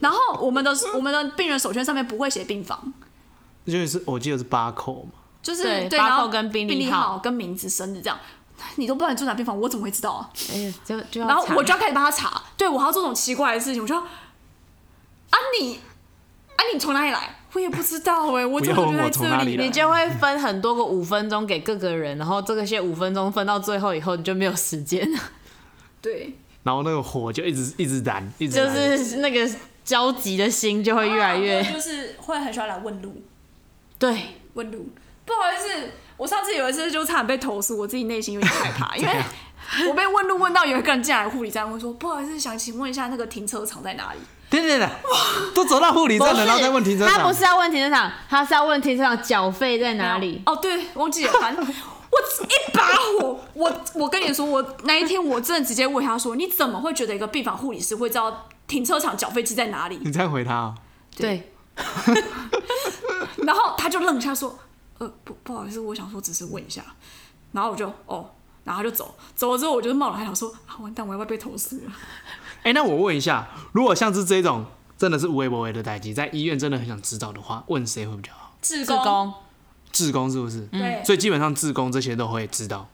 然后我们的我们的病人手圈上面不会写病房，
就是我记得是八口嘛。
就是
对
对，
八
然后
扣跟病历
历
号
号跟名字、生日这样。你都不知道你住哪病房，我怎么会知道啊？
哎呀，就就要
然后
查
我就要开始帮他查，对我还要做这种奇怪的事情，我就要啊你啊你从哪里来？我也不知道哎、我
不
怎
要
么
问
就在
我从哪
这
里
里？
来
你就会分很多个五分钟给各个人，然后这个些五分钟分到最后以后，你就没有时间了，
对，
然后那个火就一直一直燃，一直
就
燃。
是那个焦急的心就会越来越、
啊就是会很喜欢来问路，
对。
问路。不好意思，我上次有一次就差点被投诉，我自己内心有点害 [LAUGHS] 怕，因为我被问路问到有一个人进来护理站问说，不好意思，想请问一下那个停车场在哪里？
对对对，都走到护理站
不
了，
是
然后再问停车
他
场
不。是要问停车场，他是要问停车场缴费在哪里。
哦，对，忘记了，反正 [LAUGHS] 我一把火，我我跟你说，我那一天我真的直接问他说，你怎么会觉得一个病房护理师会知道停车场缴费机在哪里？
你再回他哦，
对，
然后他就愣一下说，呃，不不好意思，我想说只是问一下，然后我就哦。然后他就走，走了之后我就冒冷汗，想说啊完蛋，我要不要被投诉了？
哎，那我问一下，如果像是这种真的是无微不微的代际，在医院真的很想知道的话，问谁会比较好？
志
自工
志工是不是？
对，
嗯所以基本上志工这些都会知道。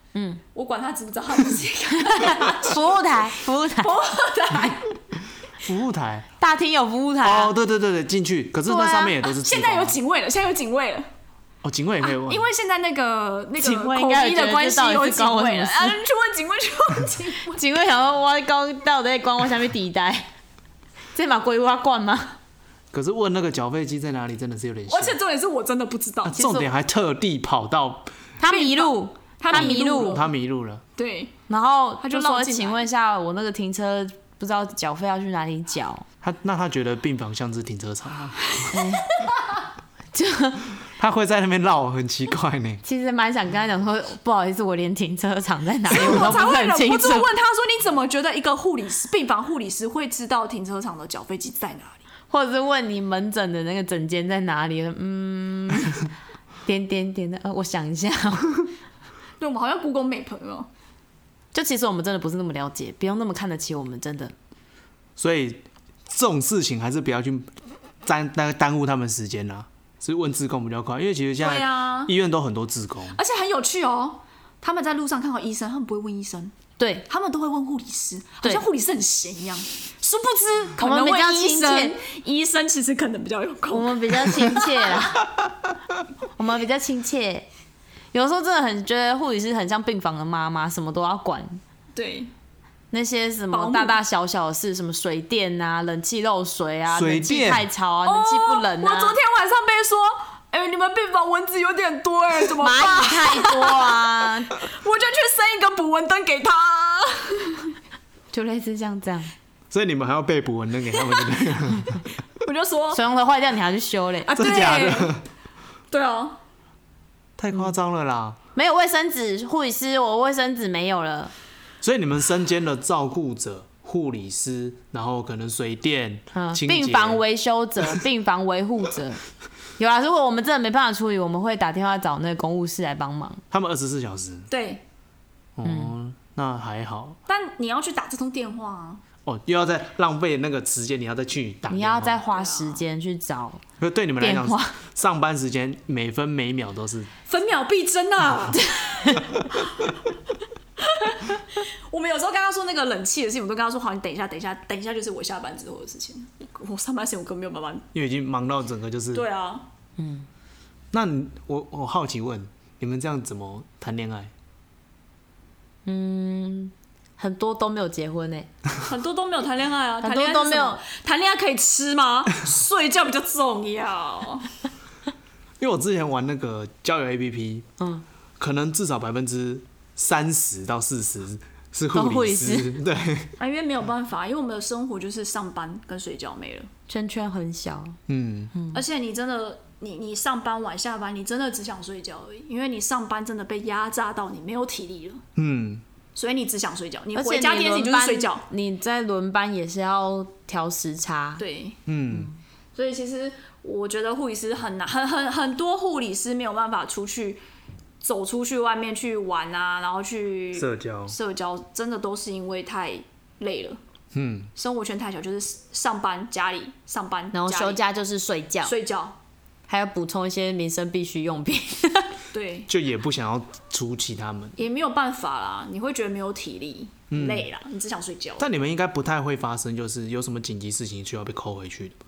我管他知不知道，他自己看。
服务台，服务台，
服务台
大厅有服务台啊、
哦，对对对对，进去，可是
对
那
啊
上面也都是志
[LAUGHS] 现
工啊。
在有警卫了，现在有警卫了，
哦，警卫也可以问，
因为现在那个那
警
个
卫
口
应该有
音
觉
的
得
关
这
系
到底
有
是
警
关我
卫
什
了，
么
啊，去问警卫，去问警卫。
警卫想说，我高到底在管我下面地带， [LAUGHS] 这把龟挖罐吗？
可是问那个缴费机在哪里，真的是有点像。
而且重点是我真的不
[LAUGHS]
知道，
实我
重点还特地跑到
他迷路，
他
迷路
了
他迷路了，
对，
然后
他就绕
说，
进来
请问一下，我那个停车不知道缴费要去哪里缴？
他那他觉得病房像是停车场
[LAUGHS]
啊，
哎
就
他会在那边绕，很奇怪呢。
其实蛮想跟他讲
[LAUGHS]
说，不好意思，我连停车场在哪里
我
都
才
不
会
是很
忍不
清
住
楚。
问他说：“你怎么觉得一个护理师、病房护理师会知道停车场的缴费机在哪里
或者是问你门诊的那个诊间在哪里？嗯，
[LAUGHS]
点点点的，呃，我想一下。？” [LAUGHS]
对，我们好像 Google Map 哦。
就其实我们真的不是那么了解，不用那么看得起我们，真的。
所以这种事情还是不要去耽耽耽误他们时间啦、啊所以问志工比较快，因为其实现
对
在
啊，
医院都很多志工，
而且很有趣哦。他们在路上看到医生，他们不会问医生，
对，
他们都会问护理师，好
对
像护理师很闲一样。殊不知，可
我
能
们比较
问医
亲切
生，医生其实可能比较有
我
空。
们比较亲切啦，
[LAUGHS]
我们比较亲切。有时候真的很觉得护理师很像病房的妈妈，什么都要管，
对，
那些什
保
么
姆
大大小小的事，什么水电啊、冷气漏水啊、
水
冷气
电
太吵啊、冷气不冷
哦我昨
啊、
天晚上被说，哎、你们病房蚊子有点多哎、怎么办？
蚂蚁太多啊，
[LAUGHS] 我就去生一个捕蚊灯给他 [LAUGHS] 啊。
就类似像这样，
所以你们还要被捕文灯给他们，对不对？
我就说
水龙头坏掉你还要去修嘞，
哦啊，
真的假的
对？对啊，
[LAUGHS] 太夸张了啦！
没有卫生纸，护理师我卫生纸没有了，
所以你们身兼了照顾者、护理师，然后可能水电、
嗯，
清洁
病房维修者、
[LAUGHS]
病房维护者，有啊。如果我们真的没办法处理，我们会打电话找那个公务室来帮忙。
他们二十四小时。
对，
哦、
嗯
那还好
但你要去打这通电话啊。
哦，又要再浪费那个时间，你要再去打电话，
你要再花时间去找，
可是对你们来讲
电话，
上班时间每分每秒都是
分秒必争啊！ [LAUGHS] 我们有时候跟他说那个冷气的事情，我都跟他说好，你等一下，等一下，等一下就是我下班之后的事情。我上班时间我根本没有办法。
因为已经忙到整个就是。
对啊，
那你我我好奇问，你们这样怎么谈恋爱？
很多都没有结婚呢、
很多都没有谈恋爱 [LAUGHS] 啊，
很
谈
多
恋爱
都
是
没有
什么谈恋爱可以吃吗？睡觉比较重要。
因为我之前玩那个交友 APP，
嗯，
可能至少百分之三十到四十是
都
护
护理
师，对，
啊，因为没有办法，因为我们的生活就是上班跟睡觉没了。
圈圈很小，
嗯，
而且你真的，你你上班晚下班，你真的只想睡觉而已，因为你上班真的被压榨到你没有体力了，
嗯，
所以你只想睡觉。你
而且
回家第
你
一件事情就是
轮班
睡觉。
你在轮班也是要调时差，
对，
嗯，
所以其实我觉得护理师很难，很很很多护理师没有办法出去走出去外面去玩啊，然后去
社交，
社交，真的都是因为太累了。嗯，生活圈太小，就是上班家里上班，
然后
家里
休假就是睡觉，
睡觉。
还要补充一些民生必需用品。
对，
就也不想要出其他门。
也没有办法啦，你会觉得没有体力，累啦，你只想睡觉。
嗯但你们应该不太会发生，就是有什么紧急事情需要被扣回去的吧。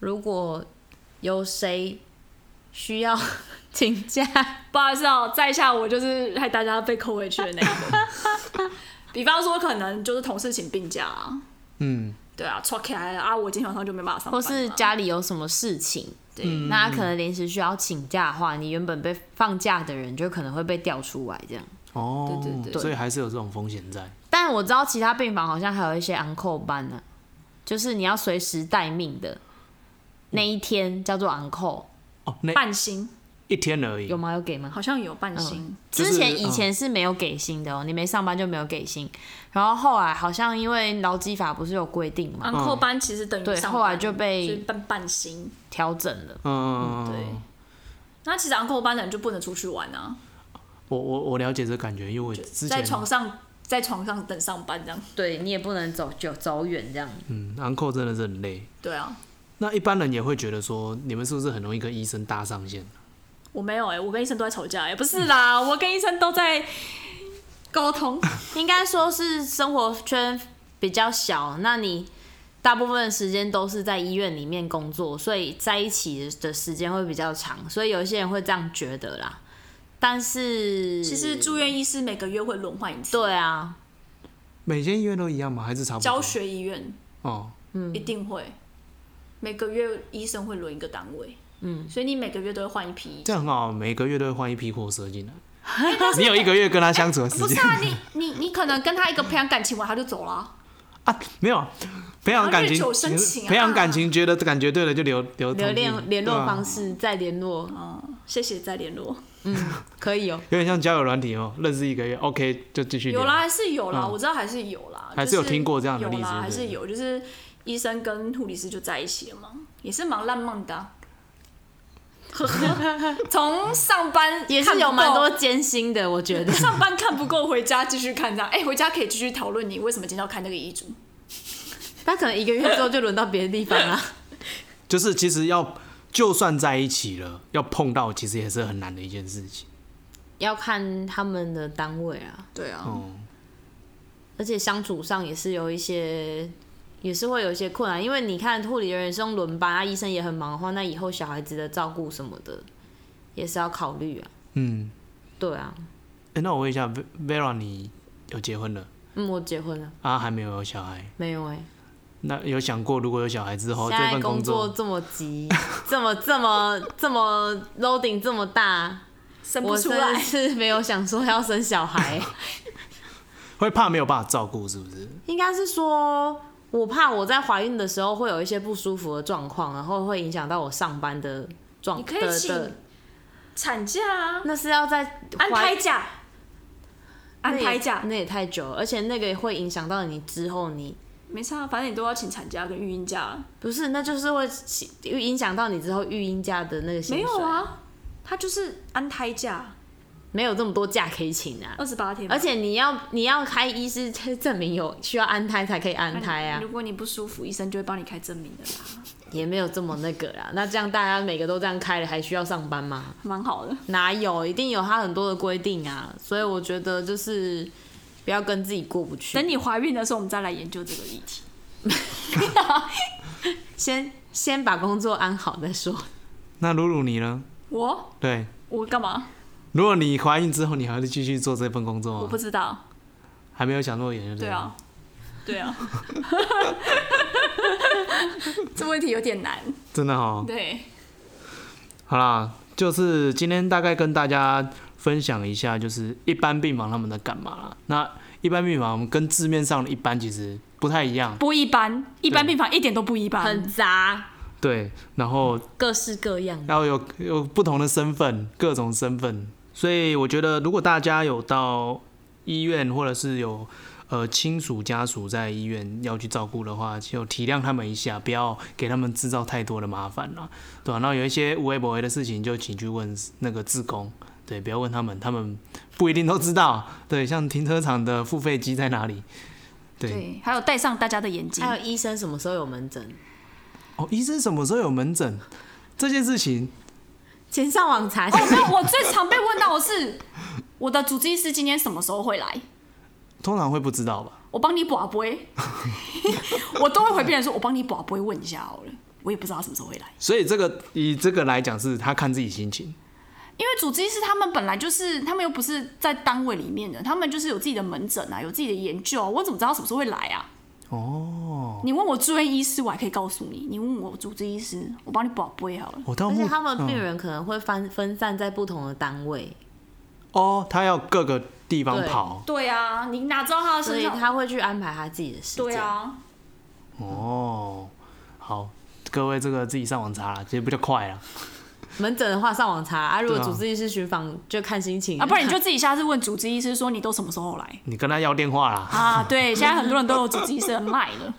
如果有谁需 [LAUGHS] 要请假，
不好意思哦、在下我就是害大家被扣回去的那一个。
[LAUGHS]
比方说，可能就是同事请病假、啊，
嗯，
对啊，错开啊，我今天晚上就没办法上班、
或
啊，
是家里有什么事情，嗯
对
那他可能临时需要请假的话，你原本被放假的人就可能会被调出来这样。
哦，
对对对
所以还是有这种风险在。
但我知道其他病房好像还有一些 uncle 班呢、就是你要随时待命的那一天叫做 uncle，
哦，那
半薪，
一天而已
有。吗？有给吗？
好像有半薪，
之前以前是没有给薪的哦、你没上班就没有给薪。然后后来好像因为劳基法不是有规定嘛，
安扣班其实等于
嗯对
上班
后来就被
所以半半薪，
调整了。
嗯，
对。那其实昂扣班的人就不能出去玩啊，
我我我了解这感觉，因为我之
在
前
床上在床上等上班这样。
对你也不能走久走远这样。
嗯，昂扣真的是很累。
对啊，
那一般人也会觉得说，你们是不是很容易跟医生搭上线？
我没有哎、我跟医生都在吵架哎、不是啦，
嗯
我跟医生都在沟通。
应该说是生活圈比较小，那你大部分的时间都是在医院里面工作，所以在一起的时间会比较长，所以有一些人会这样觉得啦。但是
其实住院医师每个月会轮换一次，
对啊，
每间医院都一样吗？还是差不多？
教学医院
哦，
嗯
一定会，每个月医生会轮一个单位，嗯，所以你每个月都会换一批医
这样
生。
很好，每个月都会换一批货色进来。你有一个月跟他相处的时
不是
间
啊，你你你可能跟他一个培养感情完他就走了，
啊？没有，培养感
日
情
久生情，啊
培养感情，觉得感觉对了就留留
留
通讯
联联络方，
对啊
式、再联络哦
谢谢再联络。
可以哦、
有点像交友软体哦，认识一个月，OK 就继续聊
有啦，还是有啦，
嗯
我知道还是有啦，
还是有
就
听过这样的
有
例子
啦，还
对
是有，就是医生跟护理师就在一起了嘛，也是蛮浪漫的啊、 [LAUGHS] 从上班
[LAUGHS] 也
看
是
不
有蛮
够
多艰辛的，我觉得
[LAUGHS] 上班看不够，回家继续看这样。哎、回家可以继续讨论你为什么今天要看那个遗嘱。
[LAUGHS] 他可能一个月之后就轮到别的地方了。
就是其实要就算在一起了，要碰到其实也是很难的一件事情。
[LAUGHS] 要看他们的单位啊，
对啊，
哦，
而且相处上也是有一些，也是会有一些困难，因为你看护理人员是用轮班，啊、医生也很忙的话，那以后小孩子的照顾什么的也是要考虑啊。
嗯，
对啊，
哎、那我问一下，Ve-，Vera，你有结婚了
嗯，我结婚了，
啊？还没有有小孩？
没有哎、
那有想过如果有小孩之后，哦这
现在
份
工作
作
这么急， [LAUGHS] 这么这么这么 loading 这么大，
生不
我
出
真的
来。
是没有想说要生小孩、 [LAUGHS]
会怕没有办法照顾，是不是？
应该是说，我怕我在怀孕的时候会有一些不舒服的状况，然后会影响到我上班的状
你可以
的
请
的。
产假啊，
那是要在
安
怀
胎假，安
那
胎
也
假，
那也太久了，而且那个也会影响到你之后你。
没差，啊反正你都要请产假跟育婴假啊。
不是，那就是会起影响到你之后育婴假的那个薪
没啊
水。
有，啊，他就是安胎假，
没有这么多假可以请啊。
二十八天吧，
而且你要你要开医师证明有需要安胎才可以安胎啊
如，果你不舒服，医生就会帮你开证明的啦，
[LAUGHS] 也没有这么那个啦。那这样大家每个都这样开了，还需要上班吗？
蛮好的。
哪有，一定有他很多的规定啊。所以我觉得就是不要跟自己过不去。
等你怀孕的时候，我们再来研究这个议题。
先先把工作安好再说。
那露露你呢？
我
对，
我干嘛？
如果你怀孕之后，你还会继续做这份工作
我
吗
不？知道。
还没有想做演员，
对
了
啊，
[LAUGHS]
对啊。这问题有点难。
真的哦。
对，
好啦，就是今天大概跟大家分享一下，就是一般病房他们在干嘛啦。那一般病房跟字面上的一般其实不太一样，
不一般，一般病房一点都不一般
很。杂，
对。然后
各式各样。
然后有有不同的身份，各种身份，所以我觉得如果大家有到医院或者是有呃亲属家属在医院要去照顾的话，就体谅他们一下，不要给他们制造太多的麻烦啦，对吧、然后有一些无微不为的事情，就请去问那个志工。对，不要问他们，他们不一定都知道。对，像停车场的付费机在哪里？对，
对，还有戴上大家的眼镜。
还有医生什么时候有门诊？
哦，医生什么时候有门诊？这件事情
请上网查一下。
哦，没有，我最常被问到的是， [LAUGHS] 我的主治医师今天什么时候会来？
通常会不知道吧？
我帮你
[LAUGHS]
把杯，我都会回别人说，我帮你把杯问一下好了。我也不知道他什么时候会来，
所以这个以这个来讲，是他看自己心情。
因为主治医师他们本来就是，他们又不是在单位里面的，他们就是有自己的门诊啊，有自己的研究啊、我怎么知道他什么时候会来啊？哦，你问我住院医师，我还可以告诉你；你问我主治医师，我帮你把杯好了。
我哦到
而
目嗯
且他们病人可能会分分散在不同的单位，
哦，他要各个地方跑
对啊，你哪知道他的
所
身
以
上？
他会去安排他自己的时间。
哦对，啊，
哦。好，各位这个自己上网查啦，其实比较快啦。
门诊的话上网查啊，如果
对啊
主治医师巡访就看心情
啊，不然你就自己下次问主治医师说你都什么时候来
你跟他要电话啦。
啊？对，现在很多人都有主治医师的 [LAUGHS] 卖了，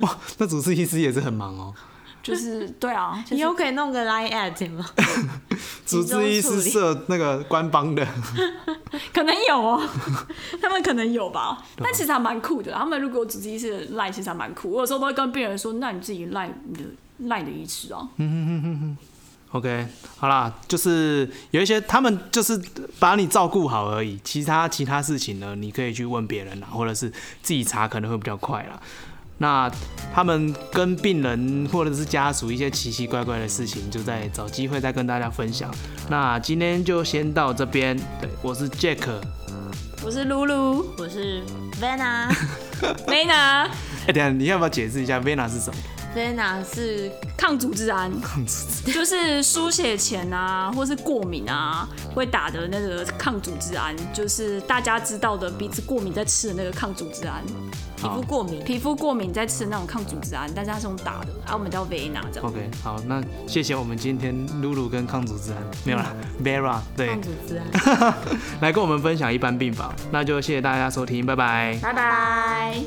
哇，那主治医师也是很忙哦。
就是对啊，就
[LAUGHS] 你
是
又可以弄个 line at 吗？
主治医师设那个官方的，
可能有哦， [LAUGHS] 他们可能有吧，但其实还蛮酷的。他们如果有主治医师的赖，其实还蛮酷。我有时候都会跟病人说，那你自己赖你的赖你的医师啊。
OK，好啦，就是有一些他们就是把你照顾好而已，其他其他事情呢，你可以去问别人啦，啊或者是自己查可能会比较快啦。那他们跟病人或者是家属一些奇奇怪怪的事情，就在找机会再跟大家分享。那今天就先到这边，对我是 Jack， [LAUGHS]
我是露露，我是 Vanna。
Lena，
哎、等一下你要不要解释一下 Vena 是什么？
[LAUGHS] Vanna 是
抗组织胺，就是输血前啊，或是过敏啊，会打的那个抗组织胺，就是大家知道的鼻子过敏在吃的那个抗组织胺，
皮肤过敏，
皮肤过敏在吃的那种抗组织胺，但是它是用打的，啊，我们叫 Vena 这样。
OK，好，那谢谢我们今天露露跟抗组织胺没有啦 Vera 对
抗组织啊。
来跟我们分享一般病房，那就谢谢大家收听，拜拜。
拜拜。